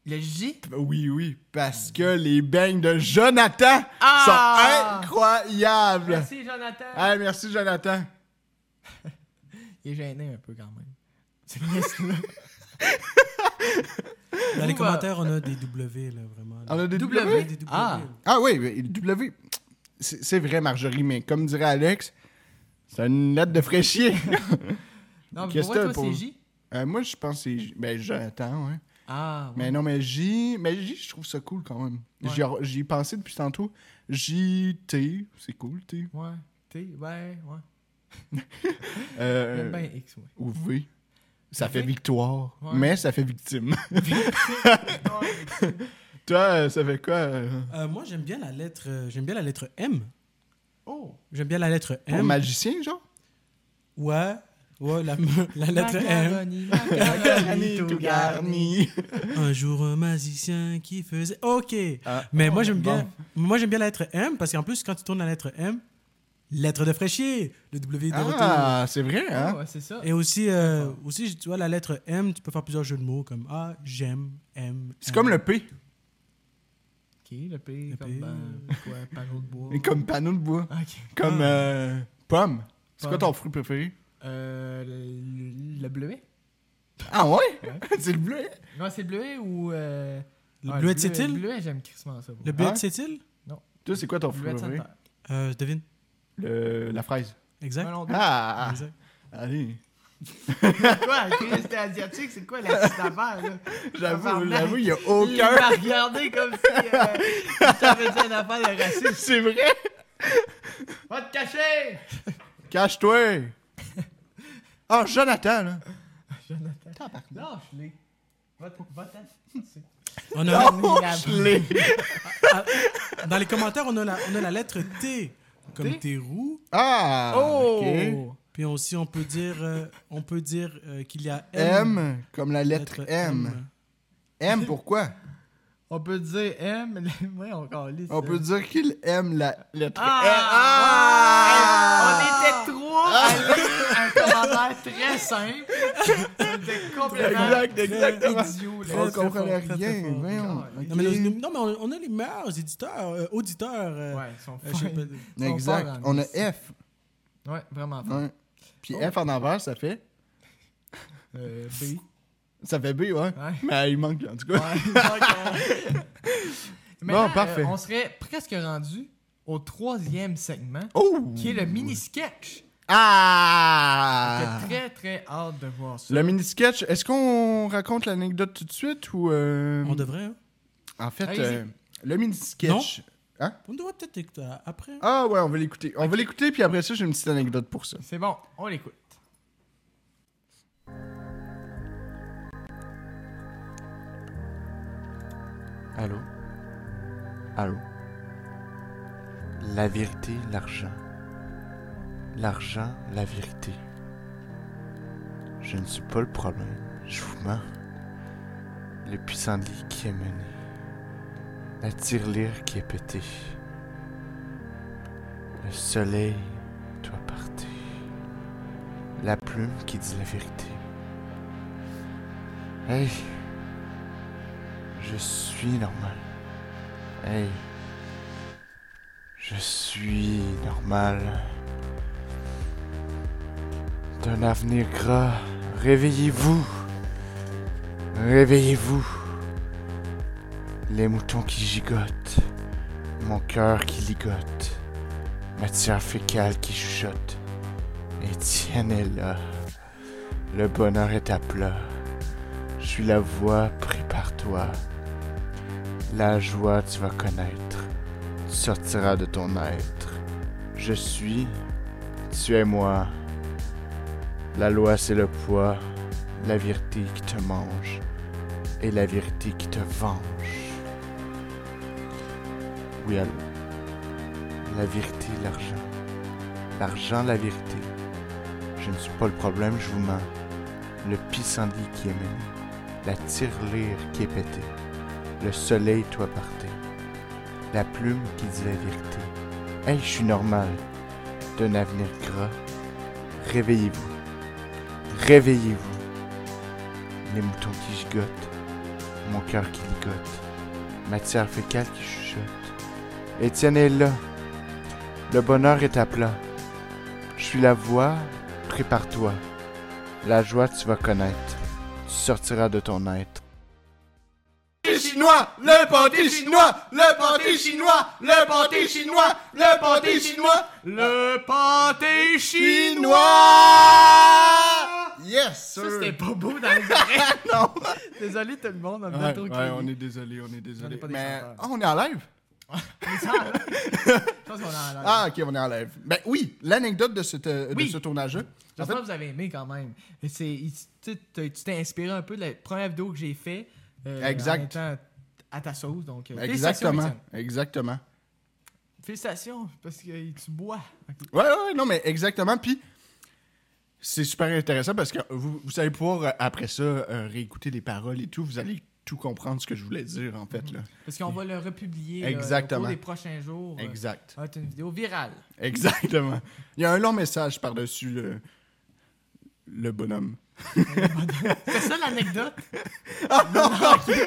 [SPEAKER 1] Le J?
[SPEAKER 2] Oui, oui, parce que les beignes de Jonathan
[SPEAKER 1] Ah!
[SPEAKER 2] sont incroyables.
[SPEAKER 1] Merci, Jonathan.
[SPEAKER 2] Ah, merci Jonathan.
[SPEAKER 1] Il est gêné un peu quand même. C'est niaise-là.
[SPEAKER 3] Dans les
[SPEAKER 1] Ouh,
[SPEAKER 3] commentaires, on a des W, là, vraiment.
[SPEAKER 2] On
[SPEAKER 3] là.
[SPEAKER 2] a des
[SPEAKER 1] W.
[SPEAKER 3] On a des W.
[SPEAKER 1] Ah.
[SPEAKER 2] Ah oui, oui, le W. C'est c'est vrai, Marjorie, mais comme dirait Alex, c'est une lettre de fraîchier.
[SPEAKER 1] Non, mais
[SPEAKER 2] Qu'est-ce
[SPEAKER 1] pour
[SPEAKER 2] que
[SPEAKER 1] vrai, toi,
[SPEAKER 2] t'as pour-
[SPEAKER 1] c'est J?
[SPEAKER 2] Euh, moi, je pense que c'est. Ben, j'attends, ouais.
[SPEAKER 1] Ah, ouais.
[SPEAKER 2] Mais non, mais J. Mais J, je trouve ça cool quand même.
[SPEAKER 1] Ouais.
[SPEAKER 2] J'y ai- J'y ai pensé depuis tantôt. J-T, c'est cool, T.
[SPEAKER 1] Ouais. T, ouais, ouais.
[SPEAKER 2] Euh,
[SPEAKER 1] J'aime bien X, ouais.
[SPEAKER 2] Ou V. Ça fait
[SPEAKER 1] V.
[SPEAKER 2] victoire,
[SPEAKER 1] Ouais.
[SPEAKER 2] mais ça
[SPEAKER 1] [LAUGHS]
[SPEAKER 2] fait victime. Toi, euh, ça fait quoi euh,
[SPEAKER 3] Euh, moi, j'aime bien la lettre. euh, j'aime bien la lettre M.
[SPEAKER 1] Oh!
[SPEAKER 3] J'aime bien la lettre
[SPEAKER 2] Pour
[SPEAKER 3] M.
[SPEAKER 2] magicien, genre
[SPEAKER 3] Ouais.
[SPEAKER 2] [LAUGHS]
[SPEAKER 3] Ouais, la, la lettre M.
[SPEAKER 1] Macaroni, macaroni, tout [LAUGHS] garni.
[SPEAKER 3] Un jour, un magicien qui faisait. Ok.
[SPEAKER 2] Ah.
[SPEAKER 3] Mais moi, j'aime
[SPEAKER 2] Bon.
[SPEAKER 3] bien. Moi, j'aime bien la lettre M parce qu'en plus, quand tu tournes la lettre M, lettre de fraîchier, le W de retour.
[SPEAKER 2] Ah, c'est vrai, hein
[SPEAKER 1] Ah, ouais, c'est ça.
[SPEAKER 3] Et aussi, euh, aussi, tu vois, la lettre M, tu peux faire plusieurs jeux de mots comme Ah, j'aime, M.
[SPEAKER 2] C'est
[SPEAKER 3] M.
[SPEAKER 2] comme le P,
[SPEAKER 1] Ok, le P,
[SPEAKER 3] Le
[SPEAKER 1] comme
[SPEAKER 3] P.
[SPEAKER 1] ben, quoi, panneau de bois.
[SPEAKER 2] mais comme panneau de bois,
[SPEAKER 1] Ah, Ok.
[SPEAKER 2] comme euh, pomme. C'est quoi
[SPEAKER 1] Pomme.
[SPEAKER 2] ton fruit préféré
[SPEAKER 1] Euh, le, le bleuet?
[SPEAKER 2] Ah ouais,
[SPEAKER 1] Ouais.
[SPEAKER 2] [LAUGHS] C'est le bleu. hein?
[SPEAKER 1] Non, c'est le bleuet ou... Euh...
[SPEAKER 3] Le
[SPEAKER 1] ouais,
[SPEAKER 3] bleuet de
[SPEAKER 1] Le
[SPEAKER 3] Sétil
[SPEAKER 1] bleuet, j'aime crissement ça. pour vrai.
[SPEAKER 3] Le bleuet
[SPEAKER 2] Ah.
[SPEAKER 3] de Sétil
[SPEAKER 2] Toi, c'est quoi ton fruit
[SPEAKER 1] bleuet de
[SPEAKER 2] préféré
[SPEAKER 1] Sainte-Terre.
[SPEAKER 3] Euh, Je devine.
[SPEAKER 2] Le- La fraise.
[SPEAKER 3] Exact.
[SPEAKER 1] Melon de-
[SPEAKER 2] Ah,
[SPEAKER 3] Exact.
[SPEAKER 2] allez.
[SPEAKER 1] Quoi, la curiosité asiatique, c'est quoi la
[SPEAKER 2] [LAUGHS]
[SPEAKER 1] petite affaire, là?
[SPEAKER 2] J'avoue,
[SPEAKER 1] Tabarnak.
[SPEAKER 2] j'avoue, il y a
[SPEAKER 1] Il
[SPEAKER 2] aucun.
[SPEAKER 1] m'a regardé comme si euh, j'avais dit une affaire de racisme.
[SPEAKER 2] [LAUGHS] C'est vrai.
[SPEAKER 1] Va te cacher!
[SPEAKER 2] Cache-toi. [LAUGHS] Ah, Jonathan, là.
[SPEAKER 1] Jonathan, lâche-les. Va te- va t'en-
[SPEAKER 3] On a,
[SPEAKER 2] Oh,
[SPEAKER 1] la-
[SPEAKER 2] je l'ai.
[SPEAKER 3] Ah, Dans les commentaires, on a la, on a la lettre T, comme
[SPEAKER 1] T?
[SPEAKER 3] tes roues.
[SPEAKER 2] Ah,
[SPEAKER 1] Oh!
[SPEAKER 2] ok.
[SPEAKER 3] Puis aussi, on peut dire, euh, on peut dire euh, qu'il y a M.
[SPEAKER 2] M, comme la lettre M. M, pourquoi
[SPEAKER 1] On peut dire M, mais [LAUGHS] ouais, on calisse,
[SPEAKER 2] On
[SPEAKER 1] hein.
[SPEAKER 2] peut dire qu'il aime la lettre
[SPEAKER 1] Ah!
[SPEAKER 2] M. Ah!
[SPEAKER 1] On était trois à [LAUGHS] lire un commentaire très simple. C'était complètement
[SPEAKER 2] Exact, exactement.
[SPEAKER 1] idiot. là.
[SPEAKER 2] On
[SPEAKER 3] très
[SPEAKER 2] comprenait
[SPEAKER 3] fort, très,
[SPEAKER 2] rien,
[SPEAKER 3] très fort.
[SPEAKER 2] voyons.
[SPEAKER 1] Ouais.
[SPEAKER 3] Euh, Non, mais,
[SPEAKER 2] Ok.
[SPEAKER 3] nos- non, mais on, on a les meilleurs éditeurs, euh, auditeurs. euh,
[SPEAKER 1] Ouais, ils sont
[SPEAKER 3] euh, je sais
[SPEAKER 1] fins.
[SPEAKER 3] pas,
[SPEAKER 1] Ils sont forts
[SPEAKER 2] Exact.
[SPEAKER 1] en
[SPEAKER 2] On a
[SPEAKER 1] liste.
[SPEAKER 2] F.
[SPEAKER 1] Ouais, vraiment fort.
[SPEAKER 2] hein. Puis F en envers, ça fait
[SPEAKER 1] Euh, B.
[SPEAKER 2] ça fait B, ouais. [LAUGHS] Mais il manque, en tout cas.
[SPEAKER 1] Ouais, donc, euh, Maintenant, euh,
[SPEAKER 2] parfait.
[SPEAKER 1] on serait presque rendu au troisième segment,
[SPEAKER 2] Oh!
[SPEAKER 1] qui est le mini-sketch.
[SPEAKER 2] Ah!
[SPEAKER 1] J'ai très, très hâte de voir ça.
[SPEAKER 2] Le mini-sketch, est-ce qu'on raconte l'anecdote tout de suite ou. euh,
[SPEAKER 3] On devrait. hein.
[SPEAKER 2] En fait,
[SPEAKER 1] Allez-y.
[SPEAKER 2] euh, le mini-sketch.
[SPEAKER 3] On devrait peut-être écouter euh, après.
[SPEAKER 2] Ah ouais, on va l'écouter. On va l'écouter, puis après ça, j'ai une petite anecdote pour ça.
[SPEAKER 1] C'est bon, on l'écoute.
[SPEAKER 5] Allô Allô La vérité, l'argent. L'argent, la vérité. Je ne suis pas le problème, je vous mens. Le puissant-lit qui est mené. La tirelire qui est pétée. Le soleil doit partir. La plume qui dit la vérité. Hey, je suis normal. Hey. Je suis normal. D'un avenir gras, réveillez-vous. Réveillez-vous. Les moutons qui gigotent. Mon cœur qui ligote. Matière fécale qui chuchote. Étienne est là. Le bonheur est à plat. Je suis la voix, prépare-toi. La joie, tu vas connaître. Tu sortiras de ton être. Je suis, tu es moi. La loi, c'est le poids. La vérité qui te mange. Et la vérité qui te venge. Oui, allô. La vérité, l'argent. L'argent, la vérité. Je ne suis pas le problème, je vous mens le pissenlit qui est mené, la tirelire qui est pétée, le soleil toi parté, la plume qui dit la vérité. Hey, je suis normal, d'un avenir gras. Réveillez-vous, réveillez-vous. Les moutons qui gigotent, mon cœur qui ligote, matière fécale qui chuchote. Étienne est là, le bonheur est à plat. Je suis la voix, prépare-toi. La joie tu vas connaître, tu sortiras de ton être.
[SPEAKER 1] chinois, le pâté chinois, le pâté chinois, le pâté chinois, le pâté chinois, le pâté chinois.
[SPEAKER 2] Yes,
[SPEAKER 1] Ça c'était pas beau dans le
[SPEAKER 2] [LAUGHS]
[SPEAKER 1] vrai. non. [LAUGHS] Désolé tout le monde, on a
[SPEAKER 2] Ouais,
[SPEAKER 1] trop
[SPEAKER 2] ouais, on est désolé, on est
[SPEAKER 1] On est
[SPEAKER 2] désolé.
[SPEAKER 1] pas des
[SPEAKER 2] Mais
[SPEAKER 1] chanteurs.
[SPEAKER 2] Ah, on est en live?
[SPEAKER 1] Je pense qu'on en a.
[SPEAKER 2] Ah, ok, on est en live. Ben oui, l'anecdote de, cette, euh,
[SPEAKER 1] Oui.
[SPEAKER 2] de ce tournage-là. En fait,
[SPEAKER 1] J'espère que vous avez aimé quand même. Et c'est- il- tu sais, t'as- tu t'es inspiré un peu de la première vidéo que j'ai fait. euh,
[SPEAKER 2] Exact.
[SPEAKER 1] En étant à ta sauce. Donc, euh, félicitations,
[SPEAKER 2] exactement,
[SPEAKER 1] Étienne.
[SPEAKER 2] exactement.
[SPEAKER 1] Félicitations, parce que tu bois. Ok.
[SPEAKER 2] Ouais, ouais, ouais, non, mais exactement. Puis c'est super intéressant parce que vous, vous allez pouvoir, euh, après ça, euh, réécouter les paroles et tout. Vous allez tout comprendre ce que je voulais dire, en fait. Là.
[SPEAKER 1] Parce qu'on va le republier là, au
[SPEAKER 2] Exactement.
[SPEAKER 1] cours des prochains jours. euh,
[SPEAKER 2] Exact.
[SPEAKER 1] Ça va être une vidéo virale.
[SPEAKER 2] Exactement. Il y a un long message par-dessus le, le [LAUGHS] bonhomme.
[SPEAKER 1] C'est ça
[SPEAKER 2] [LAUGHS]
[SPEAKER 1] l'anecdote?
[SPEAKER 2] Euh,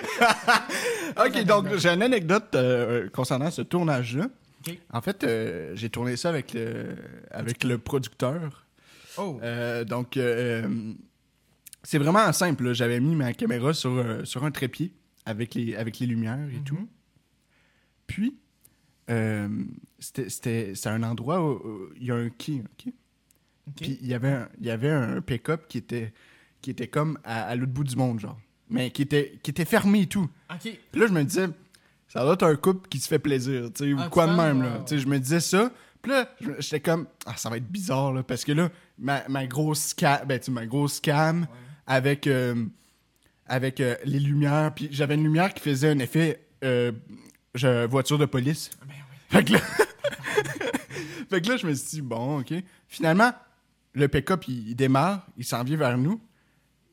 [SPEAKER 2] Ok, donc j'ai une anecdote euh, concernant ce tournage-là.
[SPEAKER 1] Ok.
[SPEAKER 2] En fait, euh, j'ai tourné ça avec le, avec le producteur.
[SPEAKER 1] Oh!
[SPEAKER 2] Euh, donc, euh, euh, c'est vraiment simple. là. J'avais mis ma caméra sur, euh, sur un trépied avec les, avec les lumières
[SPEAKER 1] Mhm.
[SPEAKER 2] et tout. Puis, euh, c'était- c'était c'est un endroit où où il y a un quai. ok?
[SPEAKER 1] ok.
[SPEAKER 2] Puis, il y avait un, il y avait un pick-up qui était, qui était comme à, à l'autre bout du monde, genre. Mais qui était, qui était fermé et tout.
[SPEAKER 1] Ok.
[SPEAKER 2] Puis là, je me disais, ça doit être un couple qui se fait plaisir, tu sais, ou
[SPEAKER 1] Ah, tu
[SPEAKER 2] quoi de
[SPEAKER 1] penses?
[SPEAKER 2] même,
[SPEAKER 1] Ouais,
[SPEAKER 2] là.
[SPEAKER 1] ouais.
[SPEAKER 2] Tu sais, je me disais ça. Puis là, je- j'étais comme, ah, ça va être bizarre, là, parce que là, ma, ma grosse cam, ben, tu sais, ma grosse cam avec, euh, avec euh, les lumières, puis j'avais une lumière qui faisait un effet euh, je- voiture de police.
[SPEAKER 1] Ben oui.
[SPEAKER 2] Fait que là, [LAUGHS] fait que là, je me suis dit, bon, OK. Finalement, le pick-up, il, il démarre, il s'en vient vers nous.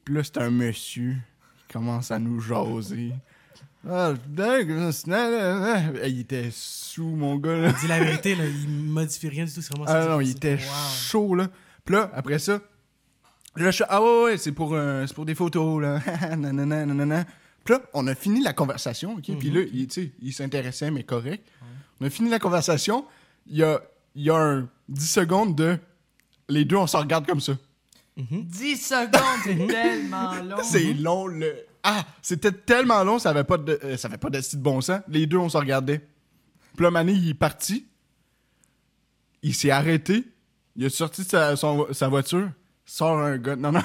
[SPEAKER 2] Puis là, c'est un monsieur qui commence à nous jaser. Ah, dingue, c'est- Eh, il était sous, mon gars, là.
[SPEAKER 3] Dis la vérité, là, il modifie rien du tout, c'est vraiment
[SPEAKER 2] Ah
[SPEAKER 3] ça.
[SPEAKER 2] non, il était chaud, là. Puis là, après ça, là, je suis, ah ouais, ouais, c'est pour, euh, c'est pour des photos, là. [LAUGHS] nanana, nanana. Puis là, on a fini la conversation, OK? Puis là, il, tu sais, il s'intéressait, mais correct. On a fini la conversation. Il y a, il y a un 10 secondes de... Les deux, on se regarde comme ça.
[SPEAKER 1] 10 secondes, [LAUGHS] c'est tellement long.
[SPEAKER 2] [LAUGHS] C'est long, le... Ah! C'était tellement long, ça avait pas de... euh, ça avait pas de de bon sens. Les deux, on se regardait. Puis là, Mané, il est parti. Il s'est arrêté. Il est sorti de sa, son- sa voiture. Sort un gars... Non, [LAUGHS] non.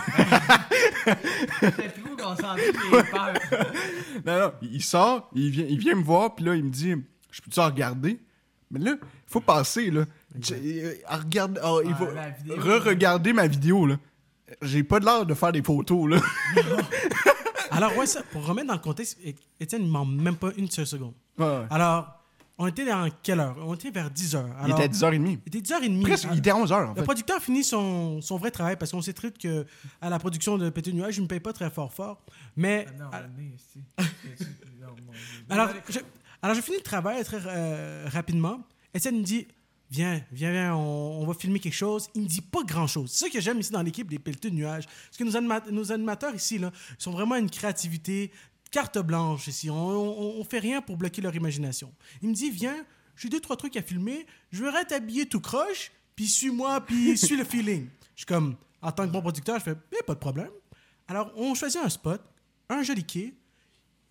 [SPEAKER 1] J'étais plus où qu'on sentait que j'ai [LAUGHS] peur.
[SPEAKER 2] non, non. Il sort, il vient, il vient me voir, puis là, il me dit « Je peux-tu en regarder? » Mais là, il faut passer, là. J'ai- euh, à regarder- ah, il
[SPEAKER 1] Ah,
[SPEAKER 2] faut
[SPEAKER 1] la vidéo.
[SPEAKER 2] re-regarder ma vidéo, là. J'ai pas de l'air de faire des photos, là.
[SPEAKER 3] Alors, ouais, ça, pour remettre dans le contexte, Et- Étienne, il manque même pas une seule seconde.
[SPEAKER 2] Ouais, ouais.
[SPEAKER 3] Alors, on était dans quelle heure On était vers 10h.
[SPEAKER 2] il était 10h30.
[SPEAKER 3] Il était 10h30.
[SPEAKER 2] Presque, il était 11h, en
[SPEAKER 3] Le
[SPEAKER 2] fait.
[SPEAKER 3] producteur finit son, son vrai travail parce qu'on sait très bien que à la production de Petit Nuage, je ne me paye pas très fort fort. Mais
[SPEAKER 1] Ah Non,
[SPEAKER 3] à-
[SPEAKER 1] venez ici. Non, mon Dieu.
[SPEAKER 3] alors, je, alors je finis le travail très euh, rapidement. Étienne me dit Viens, viens, viens, on, on va filmer quelque chose. Il ne dit pas grand-chose. C'est ça que j'aime ici dans l'équipe des Pelleteux de Nuages. Parce que nos, anima- nos animateurs ici là, sont vraiment une créativité carte blanche ici. On, on, on fait rien pour bloquer leur imagination. Il me dit Viens, j'ai deux, trois trucs à filmer. Je vais t'habiller tout croche, puis suis-moi, puis suis le feeling. Je suis comme, en tant que bon producteur, je fais Eh, Pas de problème. Alors, on choisit un spot, un joli quai.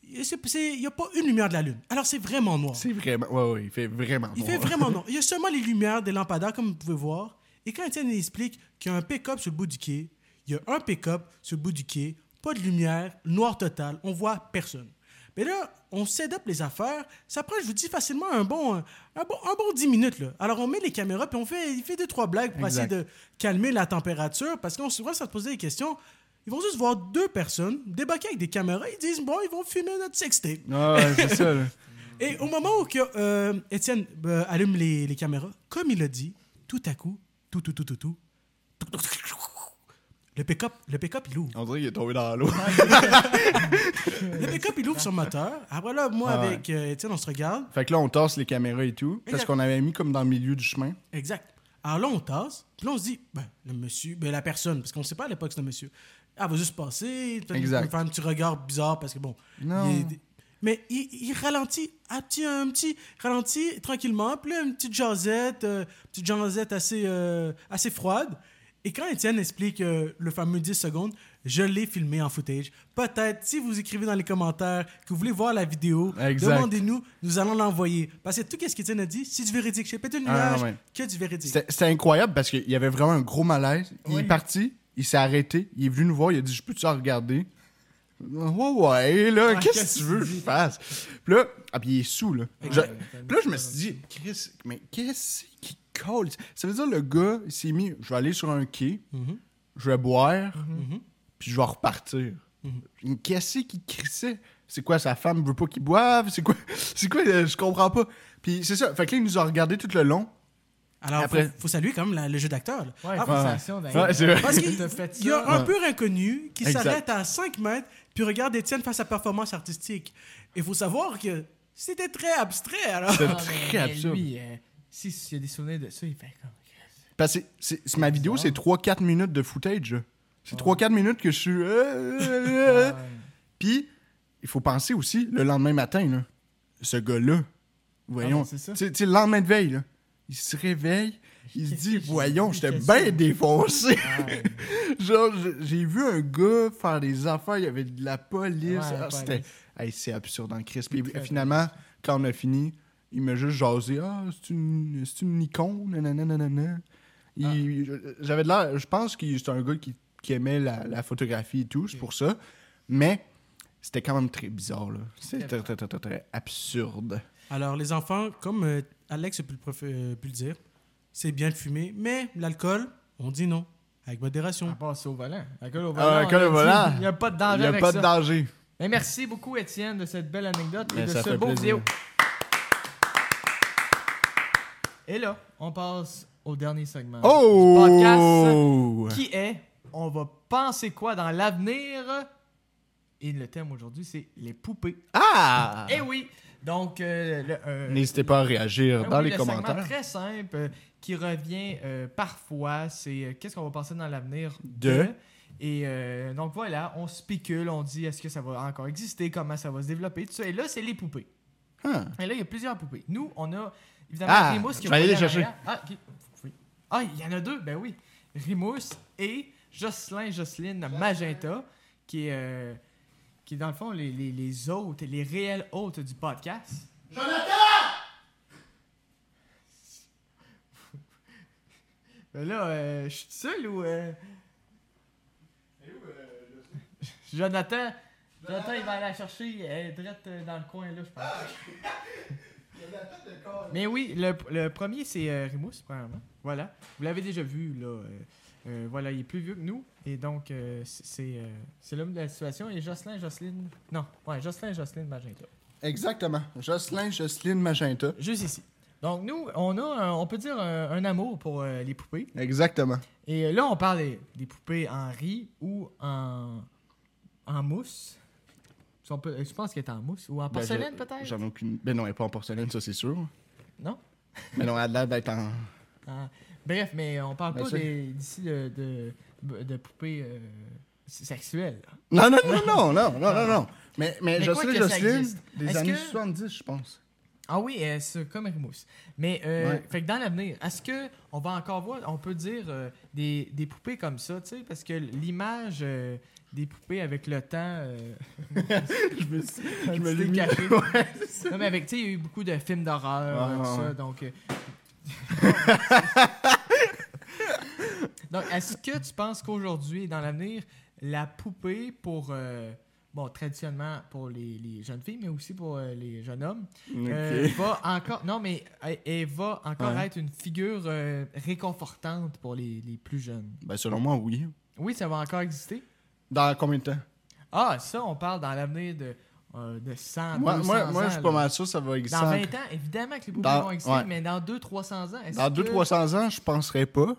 [SPEAKER 3] Il n'y a pas une lumière de la lune. Alors, c'est vraiment noir.
[SPEAKER 2] C'est vraiment. Ouais, ouais, il fait vraiment.
[SPEAKER 3] Il
[SPEAKER 2] noir.
[SPEAKER 3] fait
[SPEAKER 2] [LAUGHS]
[SPEAKER 3] vraiment non. Il y a seulement les lumières des lampadaires, comme vous pouvez voir. Et quand Étienne explique qu'il y a un pick-up sur le bout du quai, il y a un pick-up sur le bout du quai, pas de lumière, noir total, on voit personne. Mais là, on set up les affaires. Ça prend, je vous dis, facilement un bon, un bon, un bon 10 minutes. Là. Alors, on met les caméras, puis on fait, il fait deux, trois blagues pour
[SPEAKER 2] Exact.
[SPEAKER 3] essayer de calmer la température, parce qu'on souvent, ça se posait des questions. Ils vont juste voir deux personnes débarquer avec des caméras. Ils disent, bon, ils vont filmer notre sextape.
[SPEAKER 2] Ah, Ouais, ouais, c'est ça, là.
[SPEAKER 3] Et au moment où que, euh, Étienne euh, allume les, les caméras, comme il l'a dit, tout à coup, tout, tout, tout, tout, tout, le pick-up, le pick-up, il ouvre.
[SPEAKER 2] [LAUGHS] On dirait qu'il est tombé dans l'eau.
[SPEAKER 3] Le pick-up, il ouvre son moteur. Après là, moi,
[SPEAKER 2] Ah ouais.
[SPEAKER 3] avec euh, Étienne, on se regarde.
[SPEAKER 2] fait que là, on tasse les caméras et tout. Parce
[SPEAKER 3] Exact.
[SPEAKER 2] qu'on avait mis comme dans le milieu du chemin.
[SPEAKER 3] Exact. Alors là, on tasse. Puis là, on se dit, ben, le monsieur, ben, la personne, parce qu'on ne sait pas à l'époque, c'est un monsieur. Ah, va juste passer. Peut-être
[SPEAKER 2] Exact.
[SPEAKER 3] qu'il va faire un petit regard bizarre parce que bon.
[SPEAKER 2] Non.
[SPEAKER 3] il est- mais il, il ralentit, un petit, un petit ralenti tranquillement, puis là, une petite jasette, euh, petite jasette assez, euh, assez froide. Et quand Étienne explique euh, le fameux 10 secondes, je l'ai filmé en footage. Peut-être, si vous écrivez dans les commentaires que vous voulez voir la vidéo,
[SPEAKER 2] Exact.
[SPEAKER 3] demandez-nous, nous allons l'envoyer. Parce que tout ce qu'Étienne a dit, c'est du véridique. J'ai pété le
[SPEAKER 2] Ah,
[SPEAKER 3] nuage,
[SPEAKER 2] ouais.
[SPEAKER 3] que du véridique.
[SPEAKER 2] C'était c'était incroyable parce qu'il y avait vraiment un gros malaise. Il
[SPEAKER 1] Oui.
[SPEAKER 2] est parti, il s'est arrêté, il est venu nous voir, il a dit Je peux-tu la regarder Ouais, ouais, là,
[SPEAKER 1] Ah,
[SPEAKER 2] qu'est-ce que tu veux que je fasse Puis là, ah, puis il est sous, là. Je-
[SPEAKER 1] Ouais,
[SPEAKER 2] puis là, je me suis dit Chris, mais qu'est-ce qui colle Ça veut dire le gars, il s'est mis Je vais aller sur un quai,
[SPEAKER 3] Mhm.
[SPEAKER 2] je vais boire,
[SPEAKER 3] Mhm.
[SPEAKER 2] puis je vais repartir. Qu'est-ce qui crissait C'est quoi, sa femme veut pas qu'il boive C'est quoi, [LAUGHS] c'est quoi euh, Je comprends pas. Puis c'est ça, fait que là, il nous a regardé tout le long.
[SPEAKER 3] Alors,
[SPEAKER 2] Après-
[SPEAKER 3] faut, faut saluer quand même la- le jeu d'acteur. là.
[SPEAKER 1] Ouais,
[SPEAKER 3] Ah,
[SPEAKER 1] faut-
[SPEAKER 2] Ouais.
[SPEAKER 1] action, d'ailleurs.
[SPEAKER 2] Ouais, c'est vrai.
[SPEAKER 3] Parce qu'il
[SPEAKER 1] T'as fait
[SPEAKER 3] il y a
[SPEAKER 1] ça.
[SPEAKER 3] un
[SPEAKER 2] Ouais.
[SPEAKER 3] pur inconnu qui
[SPEAKER 2] Exact.
[SPEAKER 3] s'arrête à 5 mètres puis regarde Étienne faire sa performance artistique. Il faut savoir que c'était très abstrait, alors.
[SPEAKER 2] C'était
[SPEAKER 1] Ah,
[SPEAKER 2] très
[SPEAKER 1] mais
[SPEAKER 2] absurde.
[SPEAKER 1] Lui, euh, si- s'il y a des souvenirs de ça, il fait comme.
[SPEAKER 2] Parce que c'est- c'est- c'est- ma vidéo, c'est 3-4 minutes de footage. C'est 3-4 minutes que je suis. euh, euh, euh, euh.
[SPEAKER 1] Ah,
[SPEAKER 2] Puis, il faut penser aussi, le lendemain matin, là, ce gars-là, voyons.
[SPEAKER 1] Ah, c'est ça.
[SPEAKER 2] tu sais- tu sais, le lendemain de veille, là, il se réveille, il
[SPEAKER 1] [LAUGHS]
[SPEAKER 2] se
[SPEAKER 1] Qu'est-ce
[SPEAKER 2] dit
[SPEAKER 1] que j'ai
[SPEAKER 2] Voyons,
[SPEAKER 1] vu,
[SPEAKER 2] j'étais
[SPEAKER 1] qu'est-ce
[SPEAKER 2] bien
[SPEAKER 1] que-
[SPEAKER 2] défoncé.
[SPEAKER 1] Ah, ouais.
[SPEAKER 2] Genre, je- j'ai vu un gars faire des affaires, il y avait de la police.
[SPEAKER 1] Ouais,
[SPEAKER 2] Ah,
[SPEAKER 1] ouais,
[SPEAKER 2] c'était.
[SPEAKER 1] ouais.
[SPEAKER 2] Hey, c'est absurde en crise. Puis
[SPEAKER 1] très
[SPEAKER 2] finalement, quand on a fini, il m'a juste jasé Ah, c'est une, c'est une icône, nanana, nanana.
[SPEAKER 1] Ah.
[SPEAKER 2] Il- J'avais de l'air. Je pense que c'était un gars qui, qui aimait la, la photographie et tout, c'est pour ça. Mais c'était quand même très bizarre, là. C'était très,
[SPEAKER 1] Très
[SPEAKER 2] très, très, très, très absurde.
[SPEAKER 3] Alors, les enfants, comme euh, Alex a pu le, prof- euh, pu le dire, c'est bien de fumer, mais l'alcool, on dit non, avec modération.
[SPEAKER 1] On passe au volant. Alcool au volant.
[SPEAKER 2] Ah, alcool
[SPEAKER 1] on
[SPEAKER 2] au
[SPEAKER 1] l'a
[SPEAKER 2] volant.
[SPEAKER 1] dit, Il n'y a pas de
[SPEAKER 2] Il
[SPEAKER 1] danger
[SPEAKER 2] n'y a
[SPEAKER 1] avec
[SPEAKER 2] pas
[SPEAKER 1] ça.
[SPEAKER 2] de danger.
[SPEAKER 1] Mais merci beaucoup, Étienne, de cette belle anecdote
[SPEAKER 2] Mais
[SPEAKER 1] et de
[SPEAKER 2] Ben, ça
[SPEAKER 1] ce
[SPEAKER 2] fait
[SPEAKER 1] beau
[SPEAKER 2] plaisir.
[SPEAKER 1] vidéo. Et là, on passe au dernier segment
[SPEAKER 2] Oh!
[SPEAKER 1] qui est On va penser quoi dans l'avenir Et le thème aujourd'hui, c'est les poupées.
[SPEAKER 2] Ah!
[SPEAKER 1] Eh oui Donc, euh, le- euh,
[SPEAKER 2] N'hésitez pas à réagir
[SPEAKER 1] Ah
[SPEAKER 2] dans
[SPEAKER 1] oui,
[SPEAKER 2] les
[SPEAKER 1] le segment
[SPEAKER 2] commentaires.
[SPEAKER 1] très simple euh, qui revient euh, parfois, c'est euh, qu'est-ce qu'on va penser dans l'avenir
[SPEAKER 2] De.
[SPEAKER 1] Et euh, donc voilà, on spécule, on dit est-ce que ça va encore exister, comment ça va se développer, tout ça. Et là, c'est les poupées.
[SPEAKER 2] Ah.
[SPEAKER 1] Et là, il y a plusieurs poupées. Nous, on a évidemment
[SPEAKER 2] Ah,
[SPEAKER 1] Rimous qui
[SPEAKER 2] je
[SPEAKER 1] a
[SPEAKER 2] vais aller
[SPEAKER 1] volé
[SPEAKER 2] les
[SPEAKER 1] en
[SPEAKER 2] chercher.
[SPEAKER 1] arrière. Ah, ok. Oui. Ah, il y en a deux, ben oui. Rimous et Jocelyn, Jocelyne Magenta, qui est, euh, qui est dans le fond les, les, les hôtes, les réels hôtes du podcast. Jonathan! ben là, euh, je suis tout seul ou. euh, Jonathan, Jonathan, il va aller la chercher, elle est drette euh, dans le coin là, je pense. Mais oui, le, le premier, c'est euh, Rimousse, premièrement. Voilà. Vous l'avez déjà vu, là. euh, euh, voilà, il est plus vieux que nous. Et donc, euh, c'est- c'est euh, c'est l'homme de la situation. Et Jocelyn, Jocelyne. Non, ouais, Jocelyn, Jocelyne Magenta.
[SPEAKER 2] Exactement. Jocelyn, Jocelyne, Magenta.
[SPEAKER 1] Juste ici. Donc, nous, on a, un- on peut dire, un, un amour pour euh, les poupées.
[SPEAKER 2] Exactement.
[SPEAKER 1] Et euh, là, on parle des, des poupées en riz ou en, en mousse. Si on peut- je pense qu'elle est en mousse ou en
[SPEAKER 2] Ben,
[SPEAKER 1] porcelaine,
[SPEAKER 2] je-
[SPEAKER 1] peut-être.
[SPEAKER 2] J'en ai aucune. Ben non, elle est pas en porcelaine, ça c'est sûr.
[SPEAKER 1] Non?
[SPEAKER 2] Mais non, elle a l'air d'être en.
[SPEAKER 1] Ah, bref, mais on parle
[SPEAKER 2] Ben,
[SPEAKER 1] pas
[SPEAKER 2] ça-
[SPEAKER 1] des- d'ici de, de, de poupées euh, sexuelles. là.
[SPEAKER 2] Non, non, non, non, non, non, non, non. Mais, mais,
[SPEAKER 1] Mais quoi
[SPEAKER 2] Jocelyn,
[SPEAKER 1] que ça
[SPEAKER 2] Jocelyn,
[SPEAKER 1] existe.
[SPEAKER 2] des
[SPEAKER 1] Est-ce
[SPEAKER 2] années
[SPEAKER 1] que-
[SPEAKER 2] 70, je pense.
[SPEAKER 1] Ah oui, euh, c'est comme Hermos. Mais euh,
[SPEAKER 2] Ouais.
[SPEAKER 1] fait que dans l'avenir, est-ce que on va encore voir, on peut dire euh, des, des poupées comme ça, tu sais, parce que l'image euh, des poupées avec le temps, euh,
[SPEAKER 2] Je me suis.
[SPEAKER 1] [LAUGHS] je
[SPEAKER 2] me l'ai mis.
[SPEAKER 1] caché.
[SPEAKER 2] [LAUGHS] Ouais,
[SPEAKER 1] Non, mais avec, tu sais, il y a eu beaucoup de films d'horreur,
[SPEAKER 2] Ouais,
[SPEAKER 1] euh, tout
[SPEAKER 2] ouais, ouais.
[SPEAKER 1] ça, donc.
[SPEAKER 2] [LAUGHS]
[SPEAKER 1] euh, donc, est-ce que tu penses qu'aujourd'hui, dans l'avenir, la poupée pour. euh, bon, traditionnellement pour les, les jeunes filles, mais aussi pour euh, les jeunes hommes, euh,
[SPEAKER 2] Ok.
[SPEAKER 1] va encore. Non, mais elle, elle va encore
[SPEAKER 2] Ouais.
[SPEAKER 1] être une figure euh, réconfortante pour les, les plus jeunes.
[SPEAKER 2] Ben selon moi, oui.
[SPEAKER 1] Oui, ça va encore exister.
[SPEAKER 2] Dans combien de temps
[SPEAKER 1] Ah, ça, on parle dans l'avenir de, euh, de 100,
[SPEAKER 2] Moi,
[SPEAKER 1] 200
[SPEAKER 2] moi, moi
[SPEAKER 1] ans,
[SPEAKER 2] je suis pas
[SPEAKER 1] là.
[SPEAKER 2] mal sûr, ça va exister.
[SPEAKER 1] Dans
[SPEAKER 2] en-
[SPEAKER 1] 20 ans, évidemment que les poupées
[SPEAKER 2] Dans-
[SPEAKER 1] vont exister,
[SPEAKER 2] ouais.
[SPEAKER 1] mais dans 200-300 ans, est-ce
[SPEAKER 2] Dans
[SPEAKER 1] que-
[SPEAKER 2] 200-300 ans, je penserais pas.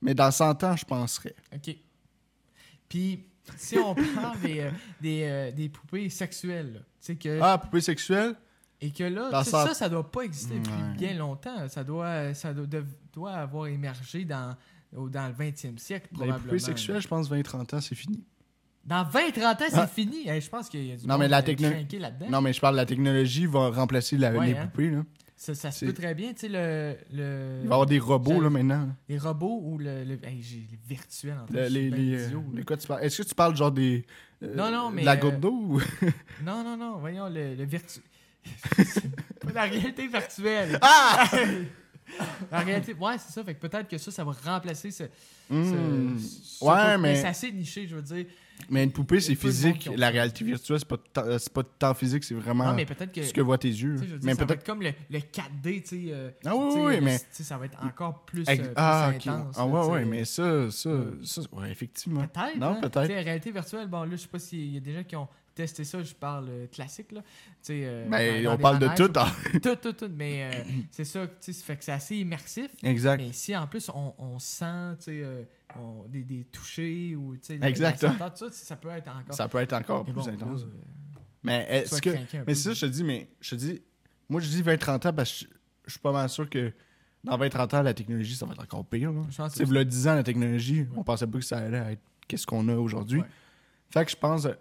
[SPEAKER 2] Mais dans 100 ans, je penserais.
[SPEAKER 1] OK. Puis, si on parle des, euh, des, euh, des poupées sexuelles, là, tu sais que...
[SPEAKER 2] Ah, poupée sexuelle
[SPEAKER 1] Et que là,
[SPEAKER 2] Dans
[SPEAKER 1] tu sais,
[SPEAKER 2] cent-
[SPEAKER 1] ça, ça doit pas exister depuis
[SPEAKER 2] Ouais.
[SPEAKER 1] bien longtemps. Ça doit, ça doit, dev- doit avoir émergé dans, au- dans le 20e siècle,
[SPEAKER 2] Les
[SPEAKER 1] probablement.
[SPEAKER 2] plus sexuels, Ben, je pense, 20-30 ans, c'est fini.
[SPEAKER 1] Dans 20-30 ans, c'est
[SPEAKER 2] Ah.
[SPEAKER 1] fini. Hey, je pense qu'il y a du
[SPEAKER 2] Non,
[SPEAKER 1] monde
[SPEAKER 2] mais la
[SPEAKER 1] qui a
[SPEAKER 2] techno-
[SPEAKER 1] craqué là-dedans.
[SPEAKER 2] Non, mais je parle de la technologie va remplacer la,
[SPEAKER 1] Ouais,
[SPEAKER 2] les
[SPEAKER 1] hein.
[SPEAKER 2] poupées. Là.
[SPEAKER 1] Ça, ça se
[SPEAKER 2] c'est-
[SPEAKER 1] peut très bien, tu sais, le, le-
[SPEAKER 2] Il va y avoir des robots
[SPEAKER 1] J'allais-
[SPEAKER 2] là, maintenant. là.
[SPEAKER 1] les robots ou le, le- hey, j'ai le virtuel en train
[SPEAKER 2] Le-
[SPEAKER 1] de-
[SPEAKER 2] les,
[SPEAKER 1] ben
[SPEAKER 2] les, euh,
[SPEAKER 1] idiot, là.
[SPEAKER 2] de quoi tu parles Est-ce que tu parles genre des. euh,
[SPEAKER 1] Non, non, mais,
[SPEAKER 2] La
[SPEAKER 1] euh,
[SPEAKER 2] goutte d'eau ou-
[SPEAKER 1] Non, non, non, voyons, le, le
[SPEAKER 2] [LAUGHS]
[SPEAKER 1] virtuel. [LAUGHS] la réalité virtuelle.
[SPEAKER 2] Ah
[SPEAKER 1] [LAUGHS] La réalité... Ouais, c'est ça. Fait que peut-être que ça, ça va remplacer ce.
[SPEAKER 2] Hmm.
[SPEAKER 1] ce- ce
[SPEAKER 2] Ouais,
[SPEAKER 1] côté-
[SPEAKER 2] mais,
[SPEAKER 1] C'est assez niché, je veux dire.
[SPEAKER 2] mais une poupée, c'est
[SPEAKER 1] peu de monde
[SPEAKER 2] physique.
[SPEAKER 1] qui ont
[SPEAKER 2] La
[SPEAKER 1] ça.
[SPEAKER 2] réalité virtuelle, c'est pas, tant- euh, c'est pas tant physique, c'est vraiment
[SPEAKER 1] Non, mais peut-être que.
[SPEAKER 2] ce que voient tes yeux.
[SPEAKER 1] tu sais, je veux dire,
[SPEAKER 2] mais
[SPEAKER 1] ça va être
[SPEAKER 2] peut-être.
[SPEAKER 1] comme le, le 4D, tu sais. euh,
[SPEAKER 2] Ah oui,
[SPEAKER 1] tu sais,
[SPEAKER 2] oui, oui,
[SPEAKER 1] le-
[SPEAKER 2] mais-
[SPEAKER 1] tu sais, Ça va être encore plus.
[SPEAKER 2] Ex-
[SPEAKER 1] euh, plus
[SPEAKER 2] ah, ok.
[SPEAKER 1] intense,
[SPEAKER 2] ah,
[SPEAKER 1] là,
[SPEAKER 2] ouais,
[SPEAKER 1] tu sais.
[SPEAKER 2] ouais, mais ça, ça, ça, ouais, effectivement.
[SPEAKER 1] Peut-être.
[SPEAKER 2] Non,
[SPEAKER 1] hein.
[SPEAKER 2] peut-être.
[SPEAKER 1] Tu sais, réalité virtuelle, bon, là, je sais pas s'il y a des gens qui ont testé ça, je parle euh, classique, là. Tu sais, euh,
[SPEAKER 2] Ben,
[SPEAKER 1] dans- dans
[SPEAKER 2] on
[SPEAKER 1] des
[SPEAKER 2] parle de
[SPEAKER 1] manèges,
[SPEAKER 2] tout. hein.
[SPEAKER 1] Tout, tout, tout. Mais euh, c'est ça, tu sais, ça fait que c'est assez immersif.
[SPEAKER 2] Exact.
[SPEAKER 1] Mais si en plus on, on sent, tu sais, euh, on- des, des touchés ou, tu sais, la-
[SPEAKER 2] Exact,
[SPEAKER 1] la
[SPEAKER 2] hein.
[SPEAKER 1] senteur, tout ça, ça peut être encore.
[SPEAKER 2] Ça peut être encore
[SPEAKER 1] Mais
[SPEAKER 2] plus
[SPEAKER 1] bon, là,
[SPEAKER 2] intense.
[SPEAKER 1] euh,
[SPEAKER 2] Mais
[SPEAKER 1] sois
[SPEAKER 2] est-ce que.
[SPEAKER 1] craqué un peu.
[SPEAKER 2] Mais c'est ça, je te dis, mais je te dis. Moi, je dis 20-30 ans parce que je- je suis pas mal sûr que dans 20-30 ans, la technologie, ça va être encore pire. là.
[SPEAKER 1] Je pense que
[SPEAKER 2] Tu sais, v'là 10 ans, la technologie, on pensait pas que ça allait être qu'est-ce qu'on a aujourd'hui.
[SPEAKER 1] Ouais.
[SPEAKER 2] Fait que je pense, euh,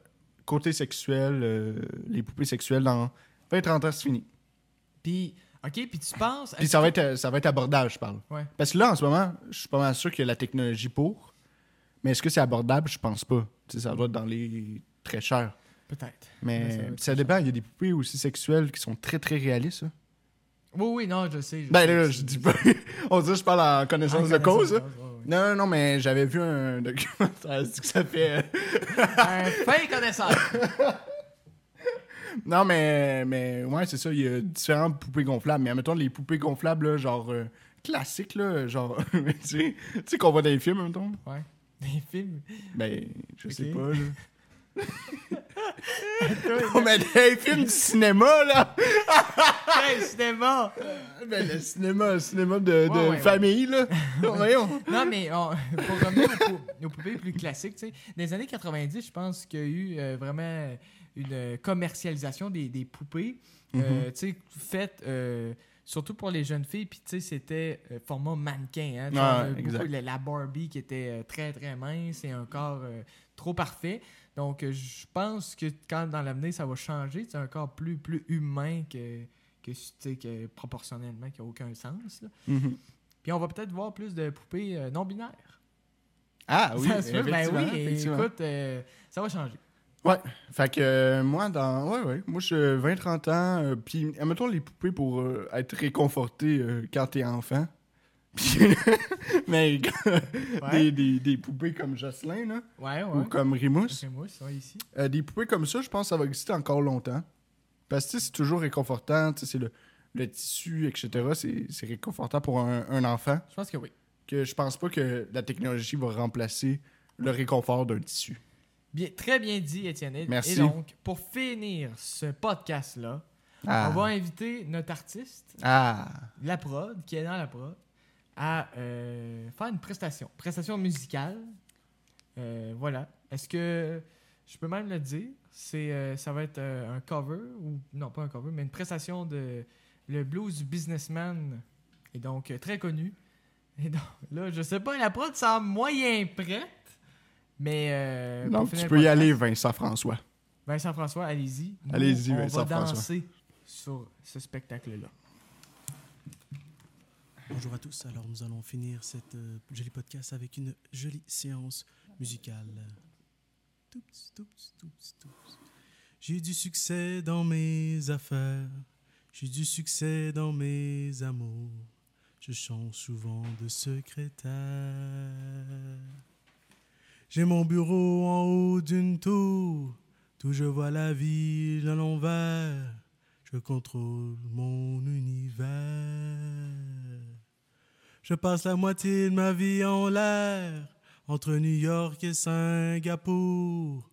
[SPEAKER 2] côté sexuel, euh, les poupées sexuelles, dans 20-30 ans, c'est fini.
[SPEAKER 1] Puis, OK, puis tu penses.
[SPEAKER 2] Puis ça va être, euh, ça va être abordable, je parle.
[SPEAKER 1] Ouais.
[SPEAKER 2] Parce que là, en ce moment, je suis pas mal sûr qu'il y a la technologie pour, mais est-ce que c'est abordable? Je pense pas. Tu sais, ça doit être dans les très chers.
[SPEAKER 1] Peut-être. Ouais,
[SPEAKER 2] Mais
[SPEAKER 1] ça
[SPEAKER 2] ça,
[SPEAKER 1] doit être très
[SPEAKER 2] dépend, il y a des poupées aussi sexuelles qui sont très, très réalistes. hein.
[SPEAKER 1] Oui, oui, non, je sais. je
[SPEAKER 2] Ben
[SPEAKER 1] sais,
[SPEAKER 2] là,
[SPEAKER 1] sais,
[SPEAKER 2] je dis pas... [LAUGHS] On dirait que je parle en
[SPEAKER 1] En
[SPEAKER 2] connaissance de
[SPEAKER 1] connaissance
[SPEAKER 2] cause. hein.
[SPEAKER 1] ouais, ouais.
[SPEAKER 2] Non, non, non, mais j'avais vu un [LAUGHS] documentaire, c'est que ça fait... euh,
[SPEAKER 1] Un fin connaisseur.
[SPEAKER 2] [LAUGHS] Non, mais, mais ouais, c'est ça. Il y a différentes poupées gonflables. Mais admettons, les poupées gonflables, là, genre euh, classiques, là, genre, [LAUGHS] tu sais, tu sais qu'on voit dans les films, admettons.
[SPEAKER 1] Ouais. Des films.
[SPEAKER 2] Ben, je sais
[SPEAKER 1] Ok.
[SPEAKER 2] pas, là.
[SPEAKER 1] [LAUGHS]
[SPEAKER 2] non, mais les films du cinéma, là!
[SPEAKER 1] Hey, cinéma!
[SPEAKER 2] Ben, le cinéma, le cinéma de, de
[SPEAKER 1] Ouais, ouais, [LAUGHS]
[SPEAKER 2] famille, là! Voyons!
[SPEAKER 1] Non, mais on- pour revenir aux, pou- aux poupées plus classiques, tu sais, dans les années 90, je pense qu'il y a eu euh, vraiment une commercialisation des, des poupées, euh,
[SPEAKER 2] Mm-hmm.
[SPEAKER 1] tu sais, faites euh, surtout pour les jeunes filles, puis tu sais, c'était euh, format mannequin. Hein, tu sais,
[SPEAKER 2] Ouais,
[SPEAKER 1] on a eu
[SPEAKER 2] exact.
[SPEAKER 1] beaucoup de la Barbie qui était euh, très, très mince et un corps euh, trop parfait. Donc, euh, je pense que quand dans l'avenir, ça va changer, c'est un corps plus, plus humain que, que, tu sais, que proportionnellement, qui n'a aucun sens. là.
[SPEAKER 2] Mhm.
[SPEAKER 1] Puis on va peut-être voir plus de poupées euh, non-binaires.
[SPEAKER 2] Ah
[SPEAKER 1] [LAUGHS]
[SPEAKER 2] oui,
[SPEAKER 1] ça se peut, ben
[SPEAKER 2] effectivement,
[SPEAKER 1] oui, et
[SPEAKER 2] effectivement.
[SPEAKER 1] écoute, euh, ça va changer.
[SPEAKER 2] Ouais. Fait que euh, moi, dans. Ouais, ouais. Moi, je suis 20-30 ans. euh, puis, admettons les poupées pour euh, être réconforté euh, quand t'es enfant. [LAUGHS] Puis, mais des, des, des poupées comme Jocelyn, là,
[SPEAKER 1] Ouais,
[SPEAKER 2] ou
[SPEAKER 1] ouais.
[SPEAKER 2] comme Rimousse.
[SPEAKER 1] C'est moi, ça va ici.
[SPEAKER 2] Euh, des poupées comme ça, je pense que ça va exister encore longtemps. Parce que tu sais, c'est toujours réconfortant. tu sais, C'est le, le tissu, etc. c'est- C'est réconfortant pour un, un enfant.
[SPEAKER 1] Je pense que oui.
[SPEAKER 2] Que je pense pas que la technologie va remplacer le réconfort d'un tissu.
[SPEAKER 1] Bien, très bien dit, Étienne.
[SPEAKER 2] Merci.
[SPEAKER 1] Et donc, pour finir ce podcast-là,
[SPEAKER 2] Ah.
[SPEAKER 1] on va inviter notre artiste,
[SPEAKER 2] Ah.
[SPEAKER 1] la prod, qui est dans la prod, à euh, faire une prestation. Prestation musicale. Euh, voilà. Est-ce que je peux même le dire? C'est, euh, ça va être euh, un cover, ou non pas un cover, mais une prestation de le blues du businessman, et donc euh, très connu. Et donc là, je sais pas, la prod semble moyen prête, mais... euh, pour
[SPEAKER 2] Donc,
[SPEAKER 1] finir
[SPEAKER 2] tu
[SPEAKER 1] le
[SPEAKER 2] peux y
[SPEAKER 1] podcast,
[SPEAKER 2] aller, Vincent François.
[SPEAKER 1] Vincent François, allez-y. Nous,
[SPEAKER 2] Allez-y,
[SPEAKER 1] on
[SPEAKER 2] Vincent
[SPEAKER 1] va
[SPEAKER 2] François.
[SPEAKER 1] danser sur ce spectacle-là.
[SPEAKER 3] Bonjour à tous. Alors, nous allons finir cette euh, jolie podcast avec une jolie séance musicale. Toups, toups, toups, toups. J'ai du succès dans mes affaires. J'ai du succès dans mes amours. Je change souvent de secrétaire. J'ai mon bureau en haut d'une tour, d'où je vois la ville à l'envers. Je contrôle mon univers. Je passe la moitié de ma vie en l'air, entre New York et Singapour.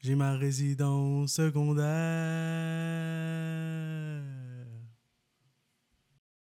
[SPEAKER 3] J'ai ma résidence secondaire.